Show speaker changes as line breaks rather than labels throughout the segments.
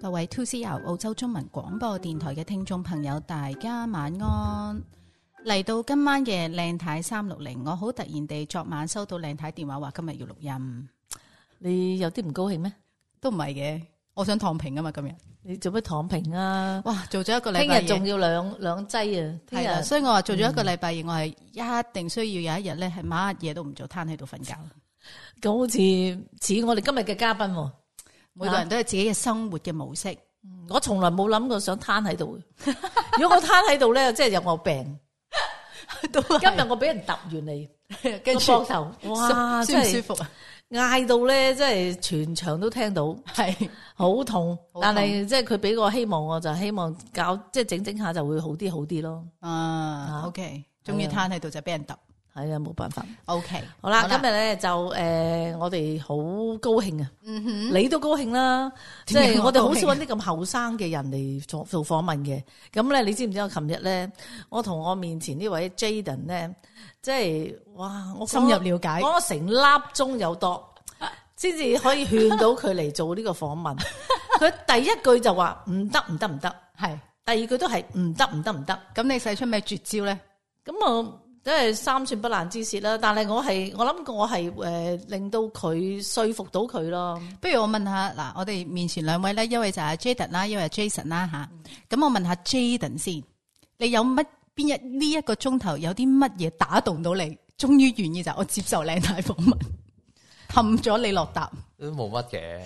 各位 Two C R 澳洲中文廣播電台嘅聽眾朋友，大家晚安。嚟到今晚嘅靚太三六零，我好突然地昨晚收到靚太電話話今日要錄音，
你有啲唔高興咩？
都唔係嘅，我想躺平啊嘛今日。
你做咩躺平啊？
哇，做咗一個禮
聽
拜
日
嘢
仲要兩兩劑啊！聽
係啦，
日
所以我話做咗一個禮拜二，我係一定需要有一日咧係乜嘢都唔做，攤喺度瞓覺。
咁好似似我哋今日嘅嘉賓喎，
每個人都有自己嘅生活嘅模式，
我從來冇諗過想攤喺 度嘅。如果我攤喺度咧，即係有我病。
都
今日我俾人揼完你
日
個
跟住
膊頭，哇！
舒
真
唔舒
係
服啊？
嗌到咧，真係全場都聽到，
係
好
好
痛。
痛
但係即係佢俾個希望我，就希望搞即係整整下就會好啲好啲咯。
啊
啊
，OK，終於攤喺度就俾人揼。
係啊，冇辦法。
OK，
好啦，今日咧就诶、呃我哋好高興啊！你都高興啦，
嗯
即
點解
係
我
我哋
高興啊
好少揾啲咁後生嘅人嚟做做訪問嘅。咁咧，你知唔知我琴日咧，我同我面前呢位 Jaden 咧，即係哇，我
深入了解
我成粒鐘有多，先至可以勸到佢嚟做呢個訪問。 佢第一句就話唔得唔得唔得，
係
第二句都係唔得唔得唔得。
咁，你使出咩絕招咧？
咁我即係三寸不爛之舌啦，但係我係我諗我係诶、呃令到佢說服到佢咯。
不如我問下嗱，我哋面前兩位咧，一位就係 Jaden 啦，一位係 Jason 啦吓。
嗯
咁我問下 Jaden 先，你有乜邊一呢一個鐘頭有啲乜嘢打動到你？終於願意就我接受靚太訪問， 氹咗你落答。
都冇乜 嘅，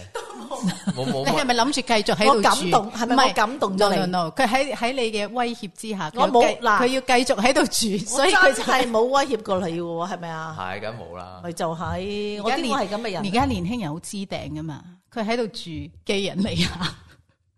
冇冇
你係
乜，
咪諗住繼續喺
我
度
感
住？
動係
唔
咪我感動
no
咗
no
你？
no，佢喺喺你嘅威脅之下，
我冇
佢要
嗱
繼佢要繼續喺度住，所以佢
真
就
係冇威脅過你喎，係咪 啊？
係梗冇啦。
咪就係、
而
我
家
啲
年
我係咁嘅
而
人。
家年輕人好知定噶嘛，佢喺度住寄人籬下，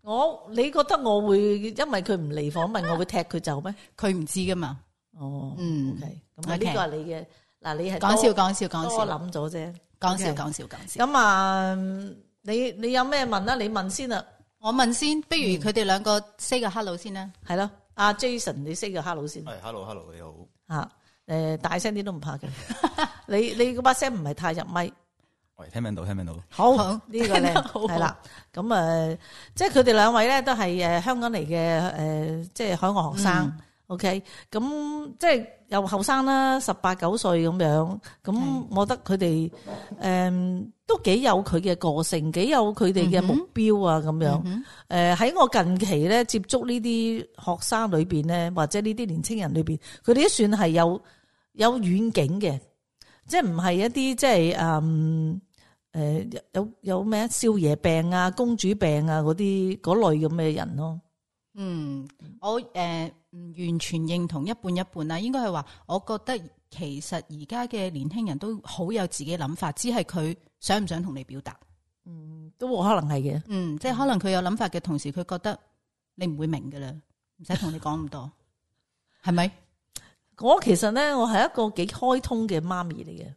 我你覺得我會因為佢唔嚟訪問，我會踢佢走咩？
佢唔知噶嘛。
哦，
嗯
o k 咁啊呢
OK
個係你嘅嗱，你係
講笑
多
講笑講笑
多諗咗啫。
講笑
OK
講笑講笑。
咁啊，嗯你你有咩問啦？啊你問先啦，
我問先，不如
嗯
佢哋兩個 say 個 hello 先啦。
係咯。阿 Jason，你識個 hello
嗯
先。
系，hello hello，你好。
啊，诶、大聲啲都唔怕嘅。你你嗰把聲唔係太入咪，
喂，聽唔聽到？聽唔聽到？
好
好
呢個咧
聽得 好好
係啦。咁诶，即係佢哋兩位咧都係诶香港嚟嘅诶，即係海外學生。OK，咁即係又後生啦，十八九歲咁樣。咁
係
我覺得佢哋诶都幾有佢嘅個性，幾有佢哋嘅目標啊咁樣。
嗯
誒喺我近期咧接觸呢啲學生裏邊咧，或者呢啲年青人裏邊，佢哋都算係有有遠景嘅，即係唔係一啲即係誒誒呃有有咩少爺病啊、公主病啊嗰啲嗰類咁嘅人咯。
嗯，我誒唔完全認同一半一半啦，應該係話，我覺得其實而家嘅年輕人都好有自己諗法，只係佢想唔想同你表達。
嗯，都可能係嘅。
嗯，即係可能佢有諗法嘅同時，佢覺得你唔會明噶啦，唔使同你講咁 多，係咪？
我其實咧，我係一個幾開通嘅媽咪嚟嘅。
因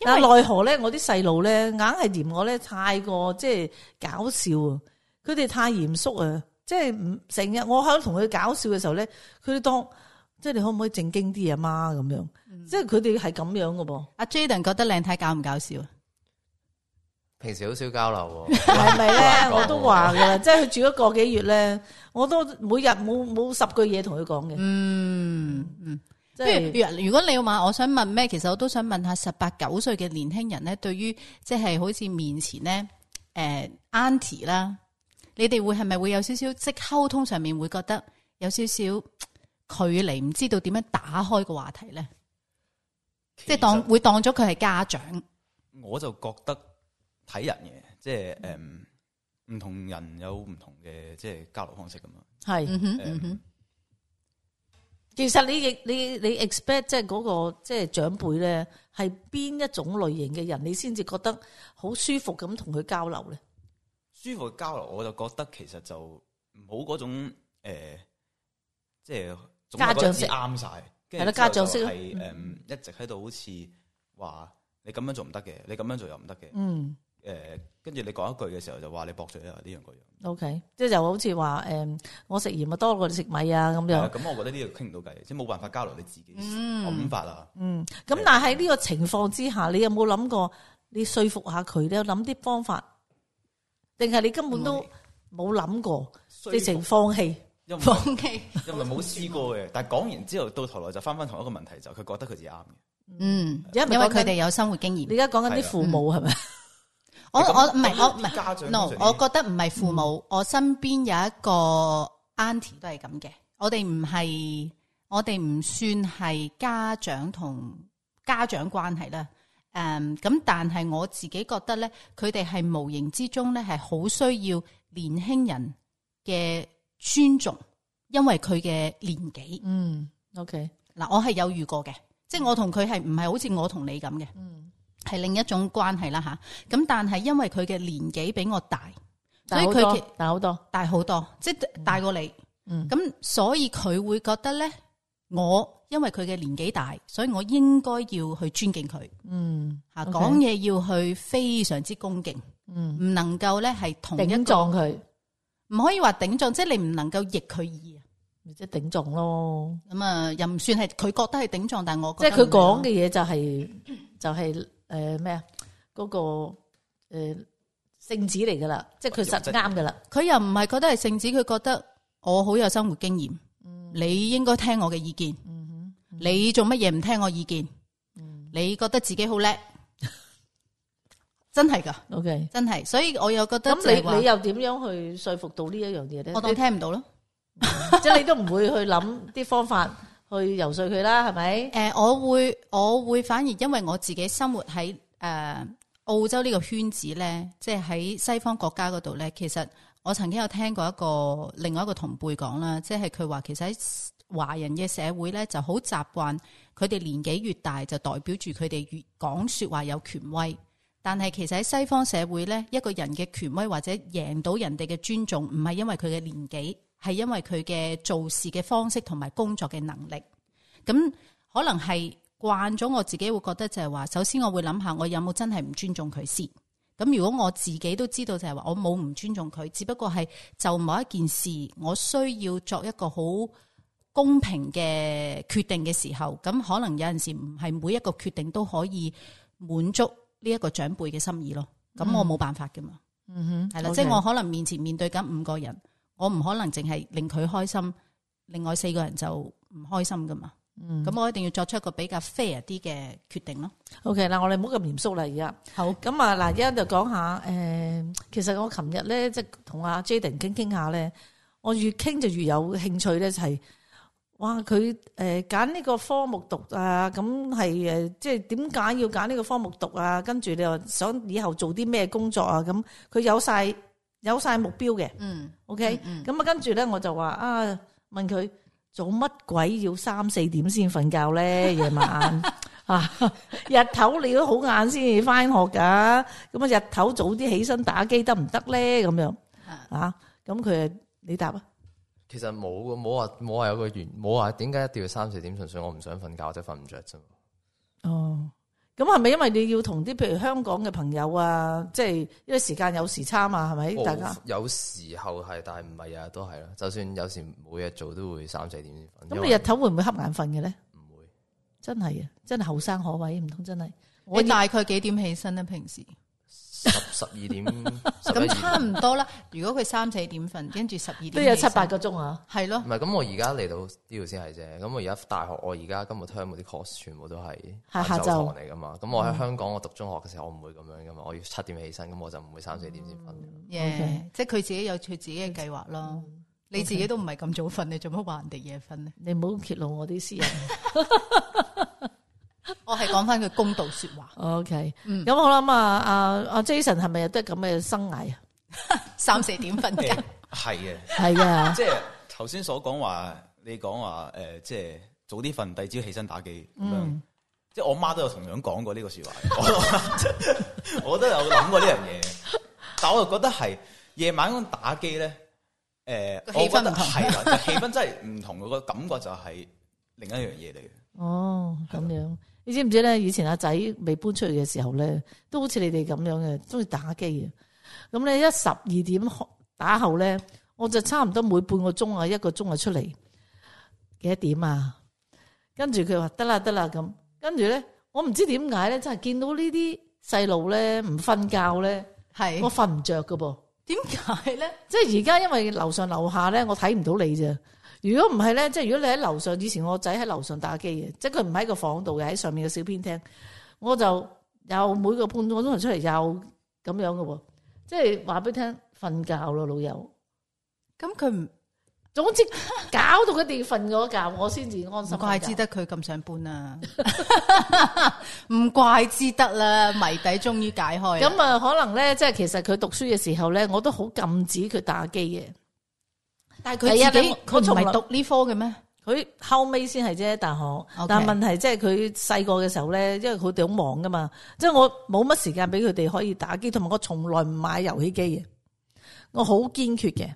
但
為
奈何咧，我啲細路咧，硬係嫌我咧太過即係搞笑啊！佢哋太嚴肅啊！即係唔成日我喺度同佢搞笑嘅時候咧，佢哋當即係你可唔可以正經啲啊媽咁樣，
嗯
即係佢哋係咁樣嘅噃，
阿 Jaden 覺得靚太搞唔搞笑啊？
平時好少交 流喎，
係咪
難
咧？
講
我都話噶啦，即係佢住咗個幾月咧，我都每日冇冇十句嘢同佢講嘅，
嗯嗯，
即
即
係
係如如果你話我想問咩，其實我都想問下十八九歲嘅年輕人咧，對於即係好似面前咧，誒 a u n t i 啦，你哋會係咪會有少少即係溝通上面會覺得有少少嘖距離，唔知道點樣打開個話題咧？即係當
其實
會當咗佢係家長，
我就覺得睇人嘅，即係诶，嗯唔同人有唔同嘅即係交流方式咁啊嘛。
係。
嗯哼
誒
嗯哼。
其實你亦你你 expect 即係嗰個即係長輩咧，係邊一種類型嘅人，你先至覺得好舒服咁同佢交流咧？
舒服嘅交流，我就覺得其實就唔好嗰種诶，即係總係
家長
覺
式
得啱晒，
係咯家長式咯
係诶，嗯一直喺度好似話你咁樣做唔得嘅，你咁樣做又唔得嘅。
嗯
诶，呃跟住你講一句嘅時候就話你駁嘴啊，呢樣嗰樣。
嗯，OK，即係就好似話誒，我食鹽啊多過你食米啊咁
係
樣。
啊咁我覺得呢個傾唔到偈，即係冇辦法交流你自己
嗯
諗法啊。
嗯，咁但係喺呢個情況之下，你有冇諗過你說服下佢咧？諗啲方法，定係你根本都冇諗過，
雖
直情放棄。
因 為
放棄，
因為冇試過嘅，但係講完之後到頭來就翻翻同一個問題，就佢覺得佢自己啱嘅。
嗯，
因
因
為
為
講緊
佢哋有生活經驗
你。而家講緊啲父母係咪？
我
咁
我唔係
咁
我唔
啲
係
家長
no，
通常
我覺得唔係父母，我身邊有一個 auntie 都係咁嘅。我哋唔係，我哋唔算係家長同家長關係啦。誒、咁但係我自己覺得咧，佢哋係無形之中咧係好需要年輕人嘅尊重，因為佢嘅年紀。
嗯，OK，
嗱，我係有遇過嘅，即係我同佢係唔係好似我同你咁嘅，係另一種關係啦吓。咁但係因為佢嘅年紀比我大，所
但
以
好
佢
多
嘅，
但好多，
大好多，即係大過你。
嗯
咁、所以佢會覺得咧，我因為佢嘅年紀大，所以我應該要去尊敬佢
嗯
吓，
OK
講嘢要去非常之恭敬，
嗯，
唔能夠咧係同一
頂
個，
撞佢，
唔可以話頂撞，即係你唔能夠逆佢意啊。
咪即係頂撞咯。
咁啊，又唔算係佢覺得係頂撞，但我
即係
覺得
佢
唔係咯
講嘅嘢就係就係诶咩啊？嗰個诶聖旨嚟噶啦，即係佢實啱噶啦。
佢又唔係覺得係聖旨，佢覺得我好有生活經驗，
嗯
你應該聽我嘅意見。你做乜嘢唔聽我意見？
嗯
你覺得自己好叻， 真係噶，
OK，
真係。所以我又覺得就係話
咁你你又點樣去說服到呢一樣嘢咧？
我 當聽唔到咯。
即係你都唔會去諗啲方法去游說佢啦，係咪？
诶、我會我會反而因為我自己生活喺诶、呃澳洲呢個圈子咧，即係喺西方國家嗰度咧，其實我曾經有聽過一個另外一個同輩講啦，即係佢話其實喺華人嘅社會咧就好習慣，佢哋年紀越大就代表住佢哋越講说話有權威。但係其實喺西方社會咧，一個人嘅權威或者贏到人哋嘅尊重，唔係因為佢嘅年紀，係因為佢嘅做事嘅方式同埋工作嘅能力。咁可能係慣咗我自己會覺得就係話，首先我會諗下我有冇真係唔尊重佢先。咁如果我自己都知道就係話我冇唔尊重佢，只不過係就某一件事，我需要作一個好公平嘅決定嘅時候，咁可能有陣時唔係每一個決定都可以滿足呢一個長輩嘅心意咯。咁我冇辦法噶嘛，
嗯
係啦，即係我可能面前面對緊五個人，我唔可能淨係令佢開心，另外四個人就唔開心噶嘛。
我
咁我一定要作出一個比較 fair 啲嘅決定咯。
OK 嗱，我哋唔好咁嚴肅啦，而家。
好，
咁啊，嗱，而家就講下誒、其實我琴日咧，即係同阿 Jaden 傾傾下咧，我越傾就越有興趣咧，就係、哇，佢誒揀呢個科目讀啊，咁係誒，即係點解要揀呢個科目讀啊？跟住你又想以後做啲咩工作啊？咁佢有晒有晒目標嘅
嗯
，OK，
嗯
咁啊，跟住咧我就話啊，問佢做乜鬼要三四點先瞓覺咧？夜晚 啊，日頭你都好晏先至翻學噶，咁啊日頭早啲起身打機得唔得咧？咁樣啊，咁佢啊你答啊，
其實冇嘅，冇話冇話有個原，冇話點解一定要三四點，純粹我唔想瞓覺或者瞓唔着啫嘛。
哦。咁係咪因為你要同啲譬如香港嘅朋友啊，即係因為時間有時差嘛，係咪？大家
我哦有啊時候係，但係唔係日日都係啦。就算有時冇嘢做，都會三四點先瞓。因
咁
為
你日頭會唔會瞌眼瞓嘅咧？
唔會
真係啊，真係後生可畏，唔通真係我
你大概幾點起身咧？平時
十十二點十
咁
一
差
二點
唔多啦。如果佢三四點瞓，跟住十二點
都有
起
七
身
八，個鐘啊！
係咯
唔。係咁，我而家嚟到呢度先係啫。咁我而家大學，我而家今日 term 嗰啲 course 全部都係
係下晝嗯
晝堂嚟噶嘛。咁我喺香港，我讀中學嘅時候，我唔會咁樣噶嘛。我要七點起身，咁我就唔會三四點先瞓。
耶，即係佢自己有佢自己嘅計劃咯。你自己都唔係咁早瞓，你做乜話人哋夜瞓呢？
你唔好揭露我啲私人。
我係講翻佢公道说話，
OK，咁好啦咁啊，阿阿 Jason 係咪有都係咁嘅生涯啊？
三四點瞓
誒
覺。
係嘅，
係 啊，
即係頭先所講話，你講話诶，誒即係早啲瞓，第二朝起身打機咁樣。
嗯
即係我媽都有同樣講過呢個说話， 我我都有諗過呢樣嘢，但我就覺得係夜晚嗰種打機咧，诶、
個
我
氣氛
覺
唔
得
同
係啦，就氣氛真係唔同，個感覺就係另一樣嘢嚟嘅。
哦，咁樣，你知唔知咧？以前阿仔未搬出去嘅時候咧，都好似你哋咁樣嘅，中意打機嘅。咁咧一十二點打後咧，我就差唔多每半個鐘啊，一個鐘啊出嚟幾多點啊？跟住佢話得啦得啦咁，跟住咧我唔知點解咧，真係見到呢啲細路咧唔瞓覺咧，
係
我瞓唔着噶噃。
點解咧？
即係而家因為樓上樓下咧，我睇唔到你啫。如果唔係咧，即係如果你喺樓上，以前我仔喺樓上打機嘅，即係佢唔喺個房度嘅，喺上面嘅小偏廳，我就又每個半個鐘頭出嚟又咁樣嘅喎，即係話俾你聽瞓覺咯，老友。
咁佢唔
總之搞到佢哋瞓咗覺，我先至安
唔
心瞓覺。
怪之得佢咁想搬啦， 唔怪之得啦，謎底終於解開啦。
咁啊，可能咧，即係其實佢讀書嘅時候咧，我都好禁止佢打機嘅。
但係
係啊
佢自己
咁我
佢唔
從
係
來
讀呢科嘅咩？
佢後尾先係啫，大學。
OK
但問題即係佢細個嘅時候咧，因為佢哋好忙噶嘛，即係我冇乜時間俾佢哋可以打機，同埋我從來唔買遊戲機嘅，我好堅決嘅。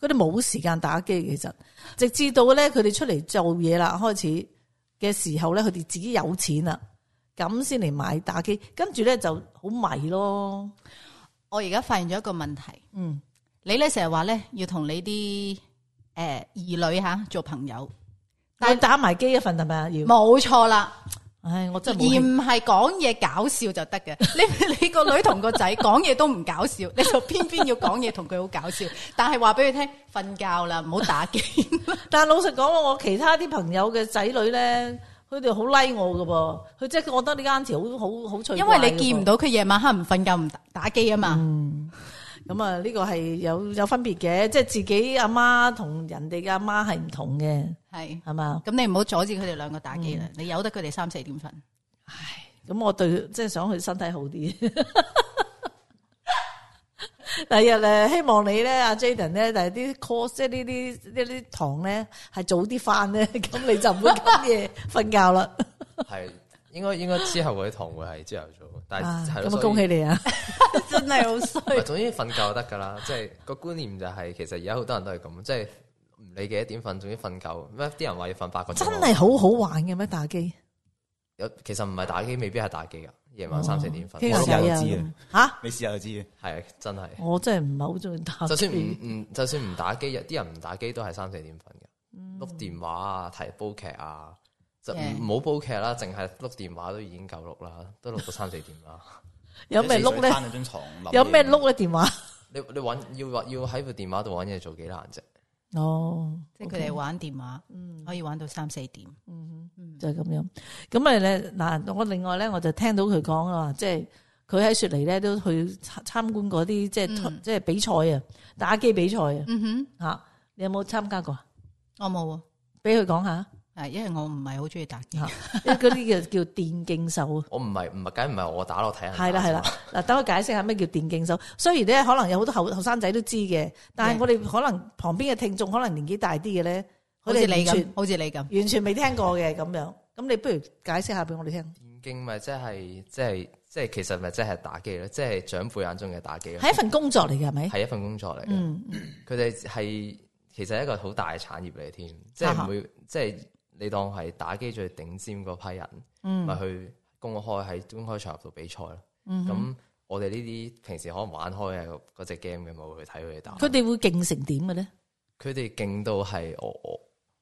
佢哋冇時間打機嘅，其實直至到咧佢哋出嚟做嘢啦，開始嘅時候咧，佢哋自己有錢啦，咁先嚟買打機，跟住咧就好迷咯。
我而家發現咗一個問題，
嗯，
你咧成日話咧要同你啲诶儿女吓做朋友，但
但係打埋機一份係咪啊？要，
冇錯啦。
唉，我
而
真係冇興趣
唔係講嘢搞笑就得 嘅，你你個女同個仔講嘢都唔搞笑，你就偏偏要講嘢同佢好搞笑，但係話俾佢聽瞓覺啦，唔好打機。
但老實講，我其他啲朋友嘅仔女咧，佢哋好 like 我噶噃，佢即係覺得呢間條好好好趣。
因為你見唔，到佢夜晚黑唔瞓覺唔打打機啊嘛，
咁啊呢個係有有分別嘅，即係自己阿媽同人哋嘅阿媽係唔同嘅，
係
係嘛？
咁你唔好阻止佢哋兩個打機啦，你由得佢哋三四點瞓。
咁我對即係想佢身體好啲。 第日咧，希望你咧，阿 Jaden 咧，第日啲 course 即係呢啲呢啲堂咧，係早啲翻咧， 咁你就唔會咁夜瞓覺啦。
係應該應該之後嗰啲堂會係朝頭早，但
啊
係係咯
咁啊，
所以
恭喜你啊！
真係好
唔係
衰。
總之瞓覺就得㗎啦，即係個觀念就係、其實而家好多人都係咁，即係唔理幾多點瞓，總之瞓覺。咩啲人話要瞓八個鐘
真
喎，
係好好玩嘅咩打機？
有其實唔係打機，未必係打機㗎，夜晚三四點
傾
瞓
下
我
偈
都有
啊
知啊
吓，
你試下就知嘅。
係啊真係。
我真係唔係好中意打機。
就算唔唔，就算唔打機，有啲人唔打機都係三四點瞓
嗯
嘅，碌電話啊，睇煲劇啊，就唔
Yeah
唔好煲劇啦，淨係碌電話都已經夠碌啦，都碌到三四點啦。
有咩碌咧？
攤喺張床諗嘢
有咩碌咧？電話
你你揾要要喺部電話度揾嘢做幾難啫？
哦， 嗯
即係佢哋玩電話，可以玩到三四點。嗯
就係咁樣。咁啊咧嗱，我另外咧我就聽到佢講啊，即係佢喺雪梨咧都去參參觀嗰啲即係即係比賽啊，打機比賽啊
嗯哼，
吓。你有冇參加過啊？
我冇啊，
俾佢講 下，
係因為我唔係好中意打機
嚇。因為嗰啲叫叫電競手啊。
我唔係唔係，梗唔係我打落睇人打
係啦係啦
啫嘛，
嗱，等我解釋下咩叫電競手。雖然咧可能有好多後後生仔都知嘅，但係我哋可能旁邊嘅聽眾可能年紀大啲嘅咧，
好
佢
似
哋
你
完
咁
全，
好似你咁。
完全未聽過嘅咁樣。咁你不如解釋下俾我哋聽，
電競咪即係即係即係其實咪即係打機咯，即係長輩眼中嘅打機咯，
係一份工作嚟嘅係咪？
係一份工作嚟嘅。
嗯，
佢哋係其實係一個好大嘅產業嚟添，即
啊
係唔會即係你當係打機最頂尖嗰批人，
嗯
咪、去公開喺公開場合度比賽咯。咁、我哋呢啲平時可能玩開嘅嗰只 game 嘅，咪會去睇佢哋打。
佢哋會勁成點嘅咧？
佢哋勁到係我我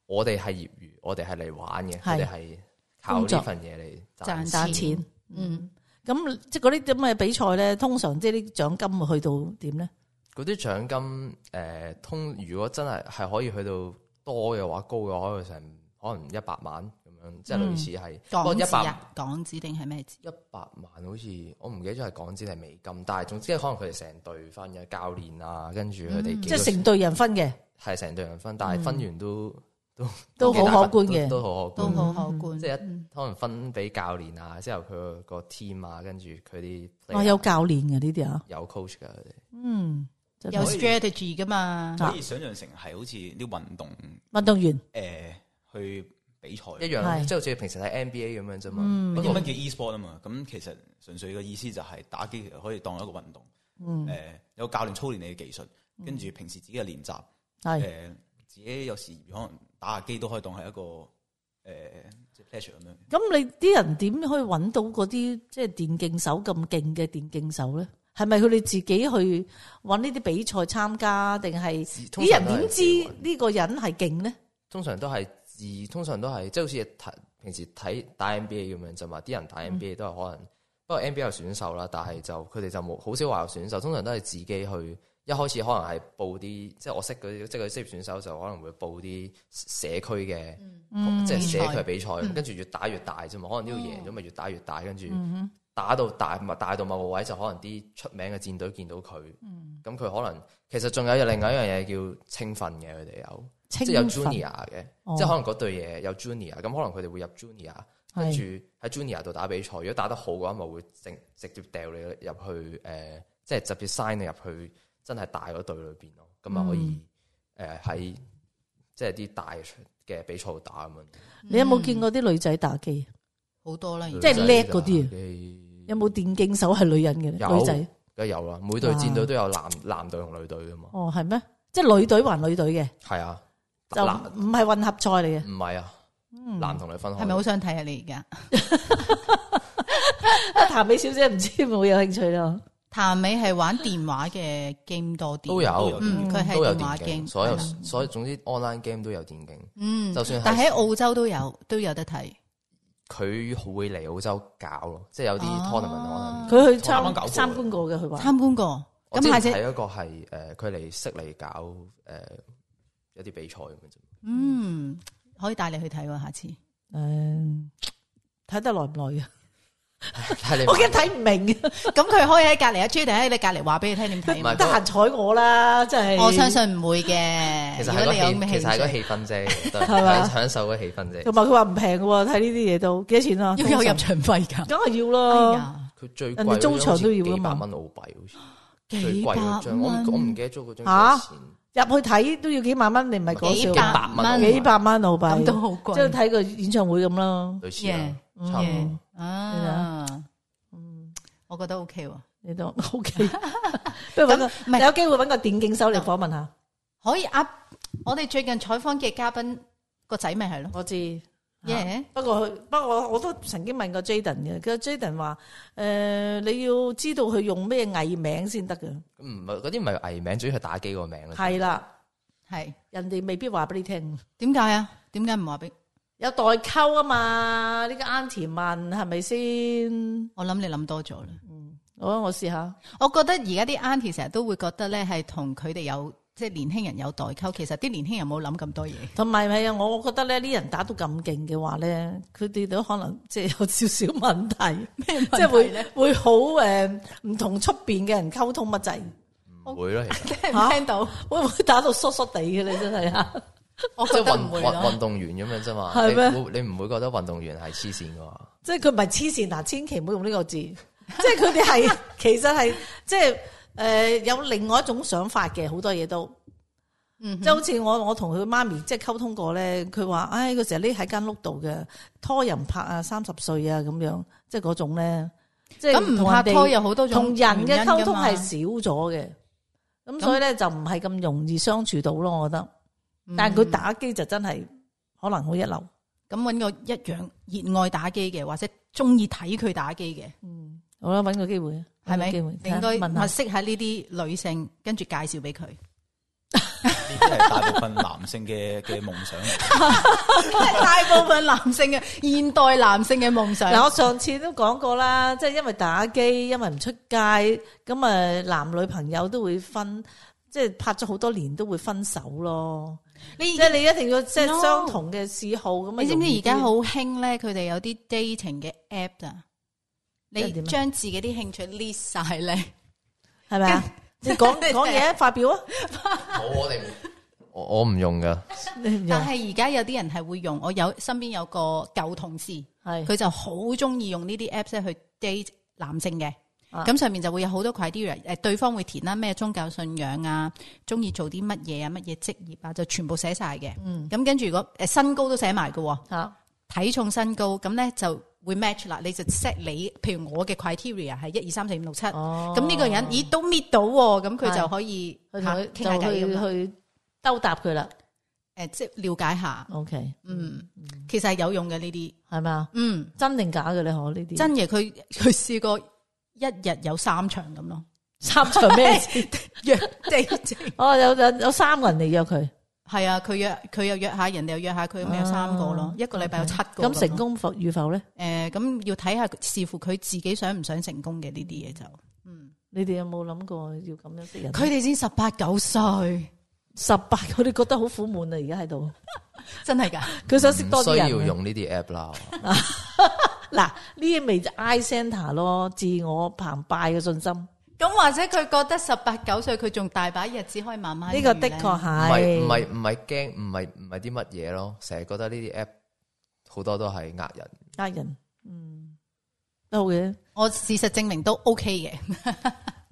我哋係業餘，我哋係嚟玩嘅，
係
佢哋係靠
工作
呢份嘢嚟賺
賺
賺
錢
錢。
嗯，
咁即係嗰啲咁嘅比賽咧，通常即係啲獎金會去到點咧？
嗰啲獎金誒、呃通如果真係係可以去到多嘅話，高嘅話，可以成可能一百萬咁樣，即係類似係不
嗯港
過一
紙
百
啊，港紙定係咩紙？
一百萬好似我唔記得咗係港紙定係美金，但係總之可能佢哋成隊分嘅教練啊，跟住佢哋
嗯
即
幾
係
個
成隊人分嘅，
係成隊人分，但係分完都都
都
幾大
好
份
可觀嘅
都都好可
都好
觀，
可觀。嗯
即係一可能分俾教練啊，之後佢個個 team 啊，跟住佢啲 player 啊
哇！哦有教練嘅呢啲啊，
有 coach 㗎佢哋。
嗯，就
有
可以
strategy 噶嘛？
啊
可以想象成係好似啲運動
運動員
诶去比賽。
一樣
係
即係好似平時睇 NBA 咁樣啫嘛。
嗯
不
英
過
文叫 e-sport 啊嘛，咁其實純粹嘅意思就係打機其實可以當一個運動，誒、
嗯
有教練操練你嘅技術，跟住平時自己嘅練習，誒、
係
自己有時可能打下機都可以當係一個誒、即係 pleasure 咁樣。
咁你啲人點可以揾到嗰啲即係電競手咁勁嘅電競手咧？係咪佢哋自己去揾呢啲比賽參加，定係
通
啲
常
人
都係
點
自己
知
揾
呢個人係勁咧？
通常都係自，通常都係即係好似睇平時睇打 NBA 咁樣啫嘛。啲人打 NBA 都係可能，不過 NBA 有選手啦，但係就佢哋就冇好少話有選手，通常都係自己去一開始可能係報啲，即係我識嗰啲，即係嗰啲職業選手就可能會報啲社區嘅，即係嗯社區嗯哦比賽，跟住越打越大啫嘛。可能呢度贏咗咪越打越大，跟住打到大，咪大到某個位就可能啲出名嘅戰隊見到佢，咁佢可能其實仲有另外一樣嘢叫青訓嘅，佢哋有。即係有
青訓
junior 嘅，
哦
即係可能嗰隊嘢有 junior，咁可能佢哋會入 junior，跟啊住喺 junior 度打比賽。如果打得好嘅話，咪會直直接掉你入去誒、呃即係直接 sign 你入去真係大嗰隊裏邊咯。咁
嗯
咪可以誒喺、即係啲大嘅比賽度打咁樣。
你有冇见过啲女仔打机？
好多啦，而
即
家
係叻嗰啲啊
啲
有冇電競手係女人嘅咧？
有
女仔
梗係有啦，每隊戰
啊
隊都有男男隊同女隊噶嘛。
哦，係咩？即係女隊還女隊嘅，
係啊，
就嗯
男
唔係混合賽嚟嘅。
唔係啊，男同女分開。
係咪好想睇啊？你而家
啊，譚美小姐唔知有冇有興趣咯？
譚美係玩電話嘅 game 多啲，
都有，
嗯，佢係
都有
電話
電
game，
競，所有
係啦
所以總之 online game 都有電競。
嗯，
就算係
但喺澳洲都有都有得睇，
佢會嚟澳洲搞咯，即係有啲
哦
tournament 可能。
佢去
啱
參
啱搞過
參觀過嘅，佢話
參觀過。
我
咁
之
下
前
次
睇一個係誒，佢嚟悉尼搞誒一啲比賽咁樣啫。
嗯，可以帶你去睇喎，下次。
誒睇得耐唔耐嘅？
睇你
我驚睇唔明嘅，
咁佢可以喺隔離阿 J 定喺你隔離話俾你聽點
唔
睇啊
係
嘛。
得閒睬我啦，真係。
我相信唔會嘅。
其
如
實
果
係個
你有咩
氣，其實係個
興趣，
氣氛啫，
係嘛
享享受個氣氛啫。
同埋佢話唔平嘅喎，睇呢啲嘢都幾多錢啊？
要有入場費㗎。
梗係要
哎
啦。
呀，
佢最
人哋
貴
租場都要㗎
幾
嘛
百蚊澳幣，好似最
啊幾
貴嗰
百
張，我唔我唔
蚊，
記得咗嗰
嚇
張幾多錢。
入去睇都要幾萬蚊，你唔係講
幾
笑
百
啊，
蚊，
幾百蚊澳幣，
咁都好貴
即係睇個演唱會咁咯。
類似啦
Yeah，
差唔多。
啊。我覺得 OK 喎，
你都 OK，不如搵個
唔係哦
有機會揾個電競手嚟訪問下。
可以 up。我哋最近採訪嘅嘉賓個仔咪係咯，
我知，
耶！
啊不過佢不過我都曾經問過 Jaden 嘅，佢 Jaden 話：诶、你要知道佢用咩藝名先得嘅。
咁唔係嗰啲唔係藝名，主要係打機個名啦。
係啦，
係
人哋未必話俾你聽，
點解啊？點解唔話俾
有代溝啊嘛。呢、個 Auntie 問係咪先？
我諗你諗多咗啦。
好啊，我試下。
我覺得而家啲 auntie 成日都會覺得咧，係同佢哋有即係年輕人有代溝。其實啲年輕人冇諗咁多嘢，
同埋係啊，我覺得咧，呢人打到咁勁嘅話咧，佢哋都可能即係有少少問題，即係會會好誒唔同出邊嘅人溝通乜滯，
唔會啦，其 實。
聽
嚇
唔聽到？
會唔會打到疏疏地嘅咧？真係啊！
我
即
覺
係
得
運
唔會
運運
咯。
動員咁樣啫嘛，
係咩
你會你唔會覺得運動員係黐線噶嘛？
即係佢唔係黐線嗱，千祈唔好用呢個字，即係佢哋 係其實係即係誒、呃有另外一種想法嘅，好多嘢都。
嗯哼
即係好似我我同佢媽咪即係溝通過咧，佢話：，唉，佢成日匿喺間屋度嘅，拖人拍啊，三十歲啊咁樣，即係嗰種咧，即係
咁唔
同
拍
人哋
拖有好多種
同人嘅溝通係
原因㗎嘛
少咗嘅，咁所以咧就唔係咁容易相處到咯，我覺得。
嗯
但係佢打機就真係可能好一流，
咁揾個一樣熱愛打機嘅，或者中意睇佢打機嘅，
好啦，揾個機會，
係
揾
咪？
個機會
你
睇下
應該
問
物
下，
色下呢啲女性，跟住介紹俾 佢。
呢啲係大部分男 性嘅嘅夢想嚟嘅。
大部分男性嘅現代男性嘅夢 想。
嗱，我上次都講過啦，即係因為打機，因為唔出街，咁啊男女朋友都會分，即係拍咗好多年都會分手咯。
你
即係你一定要即
No
係相同嘅嗜好咁啊。
你知唔
容
知
易
而家
啲
好興咧？佢哋有啲 dating 嘅 app 啊，
即係
你
點啊
將自己啲興趣 list 晒咧，
係咪啊？ 你 講講嘢啊發表啊！
我我哋我 我唔用噶，
但係而家有啲人係會用，我有身邊有個舊同事，
係
佢就好中意用呢啲 app 咧去 date 男性嘅。
啊
咁上面就會有好多 criteria，誒對方會填啦，咩宗教信仰啊，中意做啲乜嘢啊，乜嘢職業啊，就全部寫晒嘅。咁跟住如果誒身高都寫埋嘅喎，
嚇
體重身高，咁咧就會 match 啦。你就 set 你，譬如我嘅 criteria 係一二三四五六七，
哦
咁呢個人咦都搣到喎，咁佢
係
就可以
去同佢
傾下偈咁樣
就去去兜搭佢啦。
誒即係了解下，
OK
嗯，其實係有用嘅呢啲，
係咪啊？
嗯，
真定假嘅咧？可呢啲
真嘅，佢 佢試過一日有三場咁咯，
三場咩事？
約 dating
哦，有有有三個人嚟約佢，
係啊，佢約佢又約下，人哋又約下，佢咁有三個咯，一個禮拜有七個咯
咁成。功否與否咧？
誒，咁要睇下視乎佢自己想唔想成功嘅呢啲嘢就，
你哋有冇諗過要咁樣識人？
佢哋先十八九歲，
十八，佢哋覺得好苦悶啊！而家喺度，
真係㗎。
佢想識
唔
多啲
需要
人啊。
用呢啲 app 啦。
嗱，呢啲咪就 I center 咯，自我澎湃嘅信心，呢
咁或者佢覺得十八九歲，佢仲大把日子可以慢慢
個
練
的
呢
確
唔係
係
唔係唔係驚，唔係唔係啲乜嘢咯？成日覺得呢啲 app 好多都係呃人，
呃人，嗯，都好嘅。
我事實證明都 OK 嘅。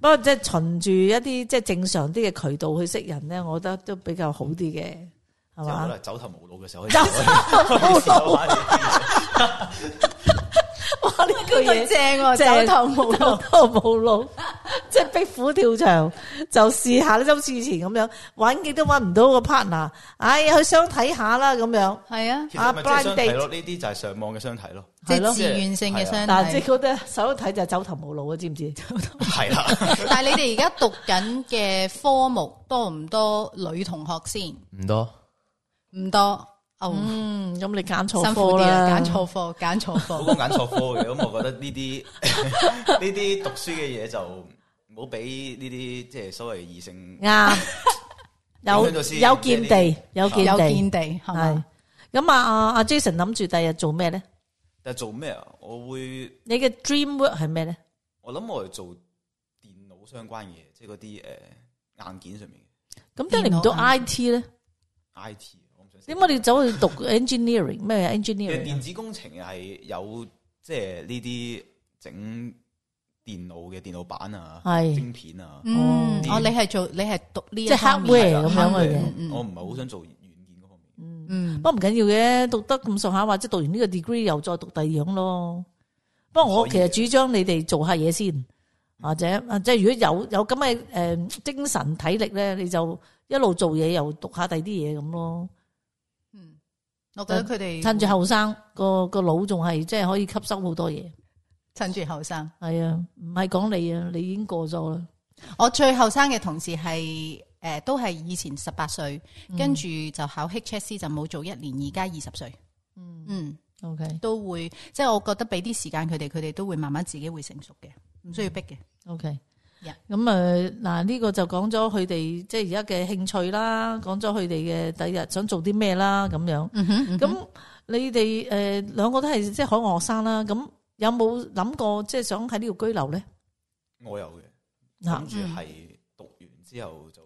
不過即係循住一啲即係正常啲嘅渠道去識人咧，我覺得都比較好啲嘅，係
即係可
嘛？
能走投無路嘅時候可以
走
可以試下玩呢啲
哇！呢句嘢
正 喎，
正
哦走投無路。
都冇路， 即係逼虎跳牆就試下啦，就好似以前咁樣，揾極都揾唔到個 partner，唉、去相睇下啦咁樣，
係啊，
其實咪即係
blind
相睇
date
咯，呢啲就係上網嘅相睇 咯，
即
係咯
係自願性嘅相
嗱，即係啊
睇。
覺得手睇就係走投無路啊，知唔知？
係啦，
但係你哋而家讀緊嘅科目多唔多女同學先？
唔多
唔多，哦，
嗯， 咁你揀
辛
錯
苦啲
科
啦，
啦，
揀錯科，揀錯
好
科。
講揀錯科嘅，咁我覺得呢啲呢啲讀書嘅嘢就唔好俾呢啲即係所謂異性
啱， 有
影響咗先
有見地， 有見
有見
地，
地係
係
嘛？
咁啊啊啊 Jason 諗住第日做咩咧？
但係做咩啊？我會
你嘅 dream work 係咩咧？
我諗我係做電腦相關嘅嘢，即係嗰啲誒硬件上面
咁點解你唔
電
到
腦啊
IT 咧？
嘅 I T。我唔想寫
點解你走去讀 engineering 咩
其實
engineering？啊
電子工程係有即係呢啲整電腦嘅電腦板啊、
係
晶片啊，
嗯，
哦
哦，你係做，你係讀呢一
即係
方面
hardware
係啦
咁樣嘅嘢
嗯我唔係好想做軟件嗰方面。
嗯
不，過唔緊要嘅，讀得咁上下，或者讀完呢個 degree 又再讀第二樣咯。不過我
可以
其
嘅
實主張你哋做下嘢先，或者啊，即係如果有有咁嘅诶精神體力咧，你就一路做嘢又讀下第啲嘢咁咯。
嗯我覺得佢哋
趁住後生個個腦仲係即係可以吸收好多嘢。
趁住後生。
係啊，唔係講你啊，你已經過咗啦。
我最後生嘅同事係诶、呃都係以前十八歲，
嗯
跟住就考 HSC 就冇做一年，而家二十歲。嗯，
OK
都會即係我覺得俾啲時間佢哋，佢哋都會慢慢自己會成熟嘅，嗯唔需要逼嘅。
OK。
Yeah
咁诶，誒嗱呢個就講咗佢哋即係而家嘅興趣啦，講咗佢哋嘅第日想做啲咩啦，咁樣。
嗯哼，嗯哼
咁你哋诶两个都係即係海外學生啦，咁有冇諗過即係想喺呢度居留咧？
我有嘅，
嗱
嗯
諗，住係讀完之後就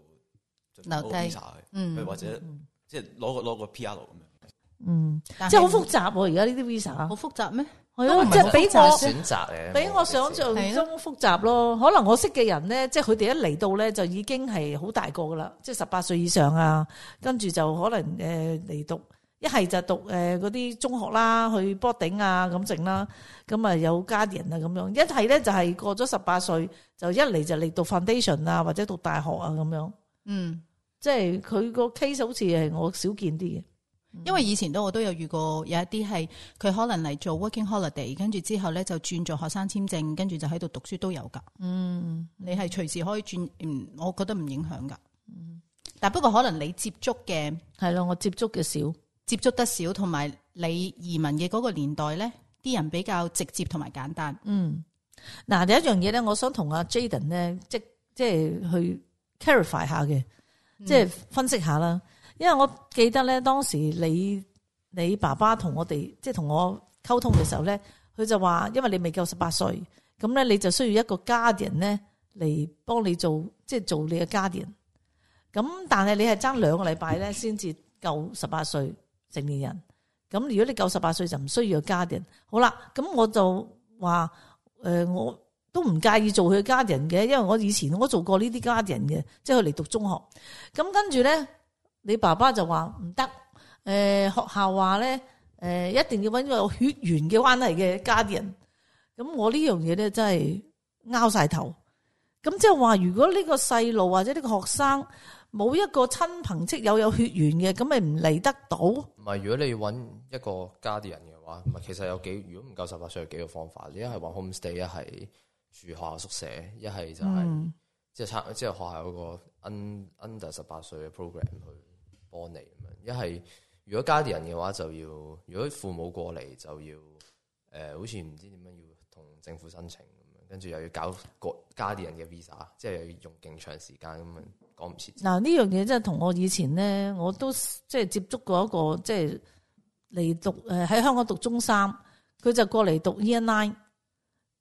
準備
留
O
低
visa
嗯
嘅，或者即係攞個攞個 P R 咁樣。
嗯，
但係
即係好複雜喎，而家呢啲 visa
好複雜咩？
係
都
啊，
唔係
即係比
好
我
複雜
選擇嚟，
比我想象
係
中複雜咯。可能我識嘅人咧，即係佢哋一嚟到咧就已經係好大個噶啦，即係十八歲以上啊，跟住就可能诶嚟、讀。一係就讀誒嗰啲中學啦，去 boarding 啊咁整啦，咁啊有家人啊咁樣。一係咧就係過咗十八歲，就一嚟就嚟讀 foundation 啊，或者讀大學啊咁樣。
嗯，
即係佢個 case 好似係我少見啲嘅。
因為以前都我都有遇過有一啲係佢可能嚟做 working holiday，跟住之後咧就轉做學生簽證，跟住就喺度讀書都有㗎。
嗯，
你係隨時可以轉，嗯，我覺得唔影響㗎。嗯但不過可能你接觸嘅。
係咯，我接觸嘅少。
接觸得少，同埋你移民嘅嗰個年代咧，啲人比較直接同埋簡單。
嗯，嗱，第一樣嘢咧，我想同阿 Jaden 咧，即即係去 clarify 下嘅，即係分析下啦。因為我記得咧，當時你你爸爸同我哋即係同我溝通嘅時候咧，佢就話，因為你未夠十八歲，咁咧你就需要一個 guardian 咧嚟幫你做，即係做你嘅 guardian。咁但係你係爭兩個禮拜咧，先至夠十八歲成年人。咁如果你夠十八歲就唔需要有 guardian。好啦，咁我就話诶、呃我都唔介意做佢嘅 guardian 嘅，因為我以前我做過呢啲 guardian 嘅，即係佢嚟讀中學。咁跟住咧，你爸爸就話唔得，诶、學校話咧，诶、一定要揾個有血緣嘅關係嘅 guardian。咁我呢樣嘢咧真係拗晒頭。咁即係話，如果呢個細路或者呢個學生冇一個親朋戚友有血緣嘅，咁咪唔嚟得到。
唔係，如果你揾一個 guardian 嘅話，唔係其實有幾，如果唔夠十八歲有幾個方法，一係揾 homestay，一係住學校宿舍，一係就
嗯
係、即係參即係學校有個 un, under 十八歲嘅 program 去幫你咁樣。一係如果 guardian 嘅話，就要如果父母過嚟就要誒、呃好似唔知點樣要同政府申請咁樣。跟住又要搞國加啲人嘅 visa，即係又要用勁長時間咁樣講唔切。
嗱呢樣嘢真係同我以前咧，我都即係接觸過一個即係嚟讀誒喺香港讀中三，佢就過嚟讀 Year Nine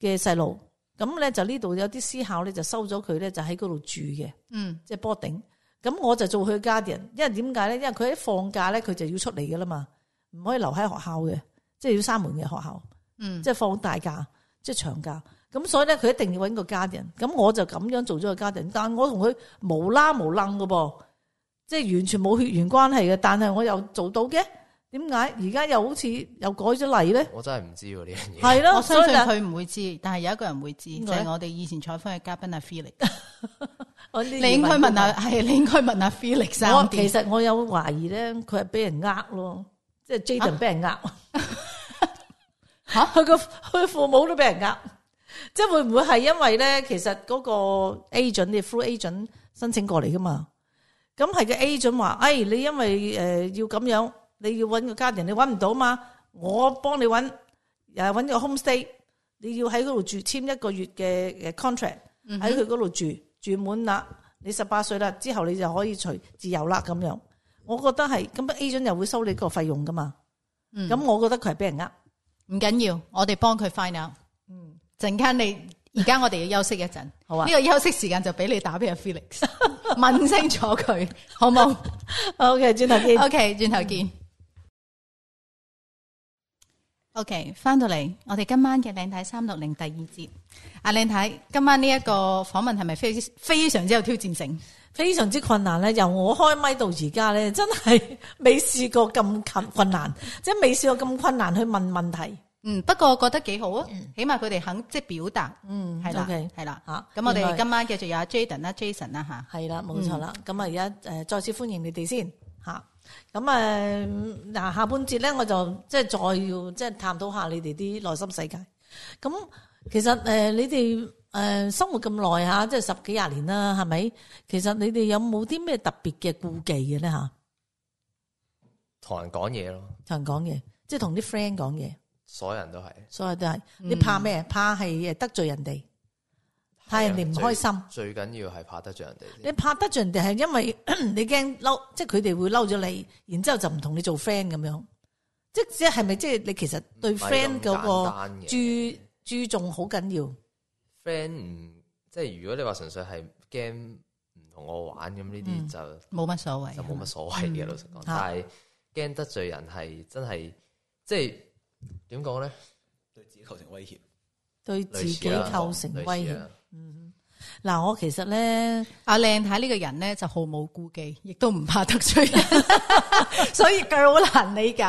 嘅細路，咁咧就呢度有啲私校咧就收咗佢咧就喺嗰度住嘅，
嗯，
即係 boarding。咁我就做佢 guardian，因為點解咧？因為佢喺放假咧，佢就要出嚟噶啦嘛，唔可以留喺學校嘅，即係要閂門嘅學校。
嗯
即係放大假，即係長假。咁所以咧，佢一定要揾個家人。咁我就咁樣做咗個家人，但我同佢無啦無楞嘅噃，即係完全冇血緣關係嘅。但係我又做到嘅，點解而家又好似又改咗例咧？
我真係唔知喎呢樣嘢。
係咯，
我相
所以
信
呢
佢唔會知，但係有一個人會知，
邊
就
個呢
係我哋以前採訪嘅嘉賓阿 Felix。
我呢
你應該問下，係你應該問下 Felix 啊
我
三
其
點。
實我有懷疑咧，佢係俾人呃咯，即係 Jaden 俾人呃。
啊嚇
佢個佢父母都俾人呃，即係會唔會係因為咧？其實嗰個 agent 嘅 full agent 申請過嚟噶嘛，咁係個 agent 話：，哎，你因為誒、呃要咁樣，你要揾個家庭，你揾唔到嘛，我幫你揾，誒揾個 homestay，你要喺嗰度住，簽一個月嘅嘅 contract，喺佢嗰度住，住滿啦，你十八歲啦，之後你就可以隨自由啦咁樣。我覺得係咁，agent 啊又會收你個費用噶嘛，
嗯
咁、我覺得佢係俾人呃。
唔緊要，我哋幫佢 find out。嗯，陣間你而家我哋要休息一陣，
好啊
呢個休息時間就俾你打俾阿 Felix，問 清楚佢，好冇
OK，轉頭 見。
？OK，轉頭見。OK，翻到嚟，我哋今晚嘅靚太三六零第二節，阿靚太，今晚呢一個訪問係咪非非常之有挑戰性？
非常之困難咧，由我開咪到而家咧，真係 未試過咁困困難，即係未試過咁困難去問問題
嗯，不過覺得幾好啊，起碼佢哋肯即係表達，嗯係啦
OK，，
係啦，
嚇
咁我
原
哋
來
今晚繼續有阿 Jaden 啦、Jason 啦吓，
係啦，冇錯啦。咁啊，而家誒再次歡迎你哋先嚇。咁誒嗱，下半節咧，我就即係再要即係探討下你哋啲內心世界。咁其實誒，你哋誒生活咁耐嚇，即係十幾廿年啦，係咪？其實你哋有冇啲咩特別嘅顧忌嘅咧嚇？
同人講嘢咯，
同人講嘢，即係同啲 friend 講嘢。
所有人都係。
所以都係你怕咩？怕係得罪人哋，嗯怕人哋唔開心。
最最緊要係怕得罪人哋先。
你怕得罪人哋係因為 你驚嬲，即係佢哋會嬲咗你，然之後就唔同你做 friend 咁樣。即即係咪即係你其實對
唔係
friend
咁
嗰
簡
個
單嘅
注注重好緊要，
friend 唔即係如果你話純粹係驚唔同我玩咁呢
嗯
啲就。
冇乜所謂，啊
就
哎
冇乜所謂嘅，老實講。
嚇
但係驚得罪人係真係，即係點講咧？
對自己構成威脅。
對自己構成威
啊類似
脅
啊。
嗱，我其實咧，
阿靚太啊呢個人咧就毫無顧忌，亦都唔怕得罪人，所以佢好難理解，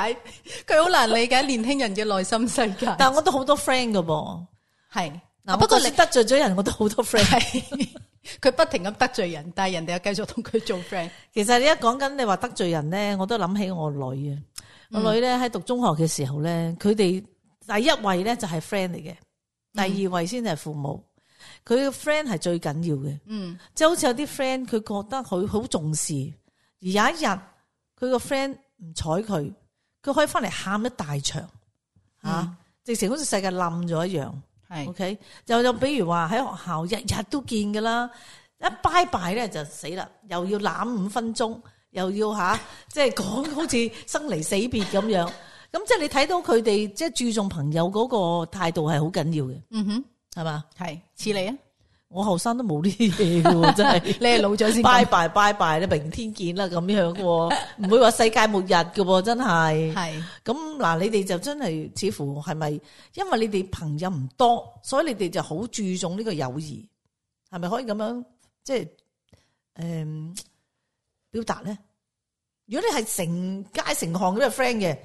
佢好難理解年輕人嘅內心世界。
但我都好多 friend 噶噃。
係
嗱，
嗱，
啊不
啊不
過
過
你
你
得罪咗人，我都好多 friend。
係佢不停咁得罪人，但係人哋又繼續同佢做 friend。
其實你一講緊你話得罪人咧，我都諗起我女啊。我女咧喺讀中學嘅時候咧，佢哋第一位咧就係 friend 嚟嘅，第二位先係父母。佢嘅 friend 係最緊要嘅，
嗯
即係好似有啲 friend 佢覺得佢好重視，而有一日佢個 friend 唔睬佢，佢可以翻嚟喊一大場，啊，直情好似世界冧咗一樣。
係
OK，又又比如話喺學校日日都見噶啦，一拜拜咧就死啦，又要攬五分鐘，又要吓、 即係講好似生離死別咁樣。咁即係你睇到佢哋即係注重朋友嗰個態度係好緊要嘅，
嗯哼，
係嘛？
係似你啊，
我後生都冇呢啲嘢 嘅喎，真係。
你係老咗先
拜
講。
拜拜拜，你明天見啦咁樣嘅喎，唔會話世界末日嘅喎，真係。
係
咁嗱，你哋就真係似乎係咪？因為你哋朋友唔多，所以你哋就好注重呢個友誼，係咪可以咁樣即係诶、嗯表達咧？如果你係成街成行都係 friend 嘅，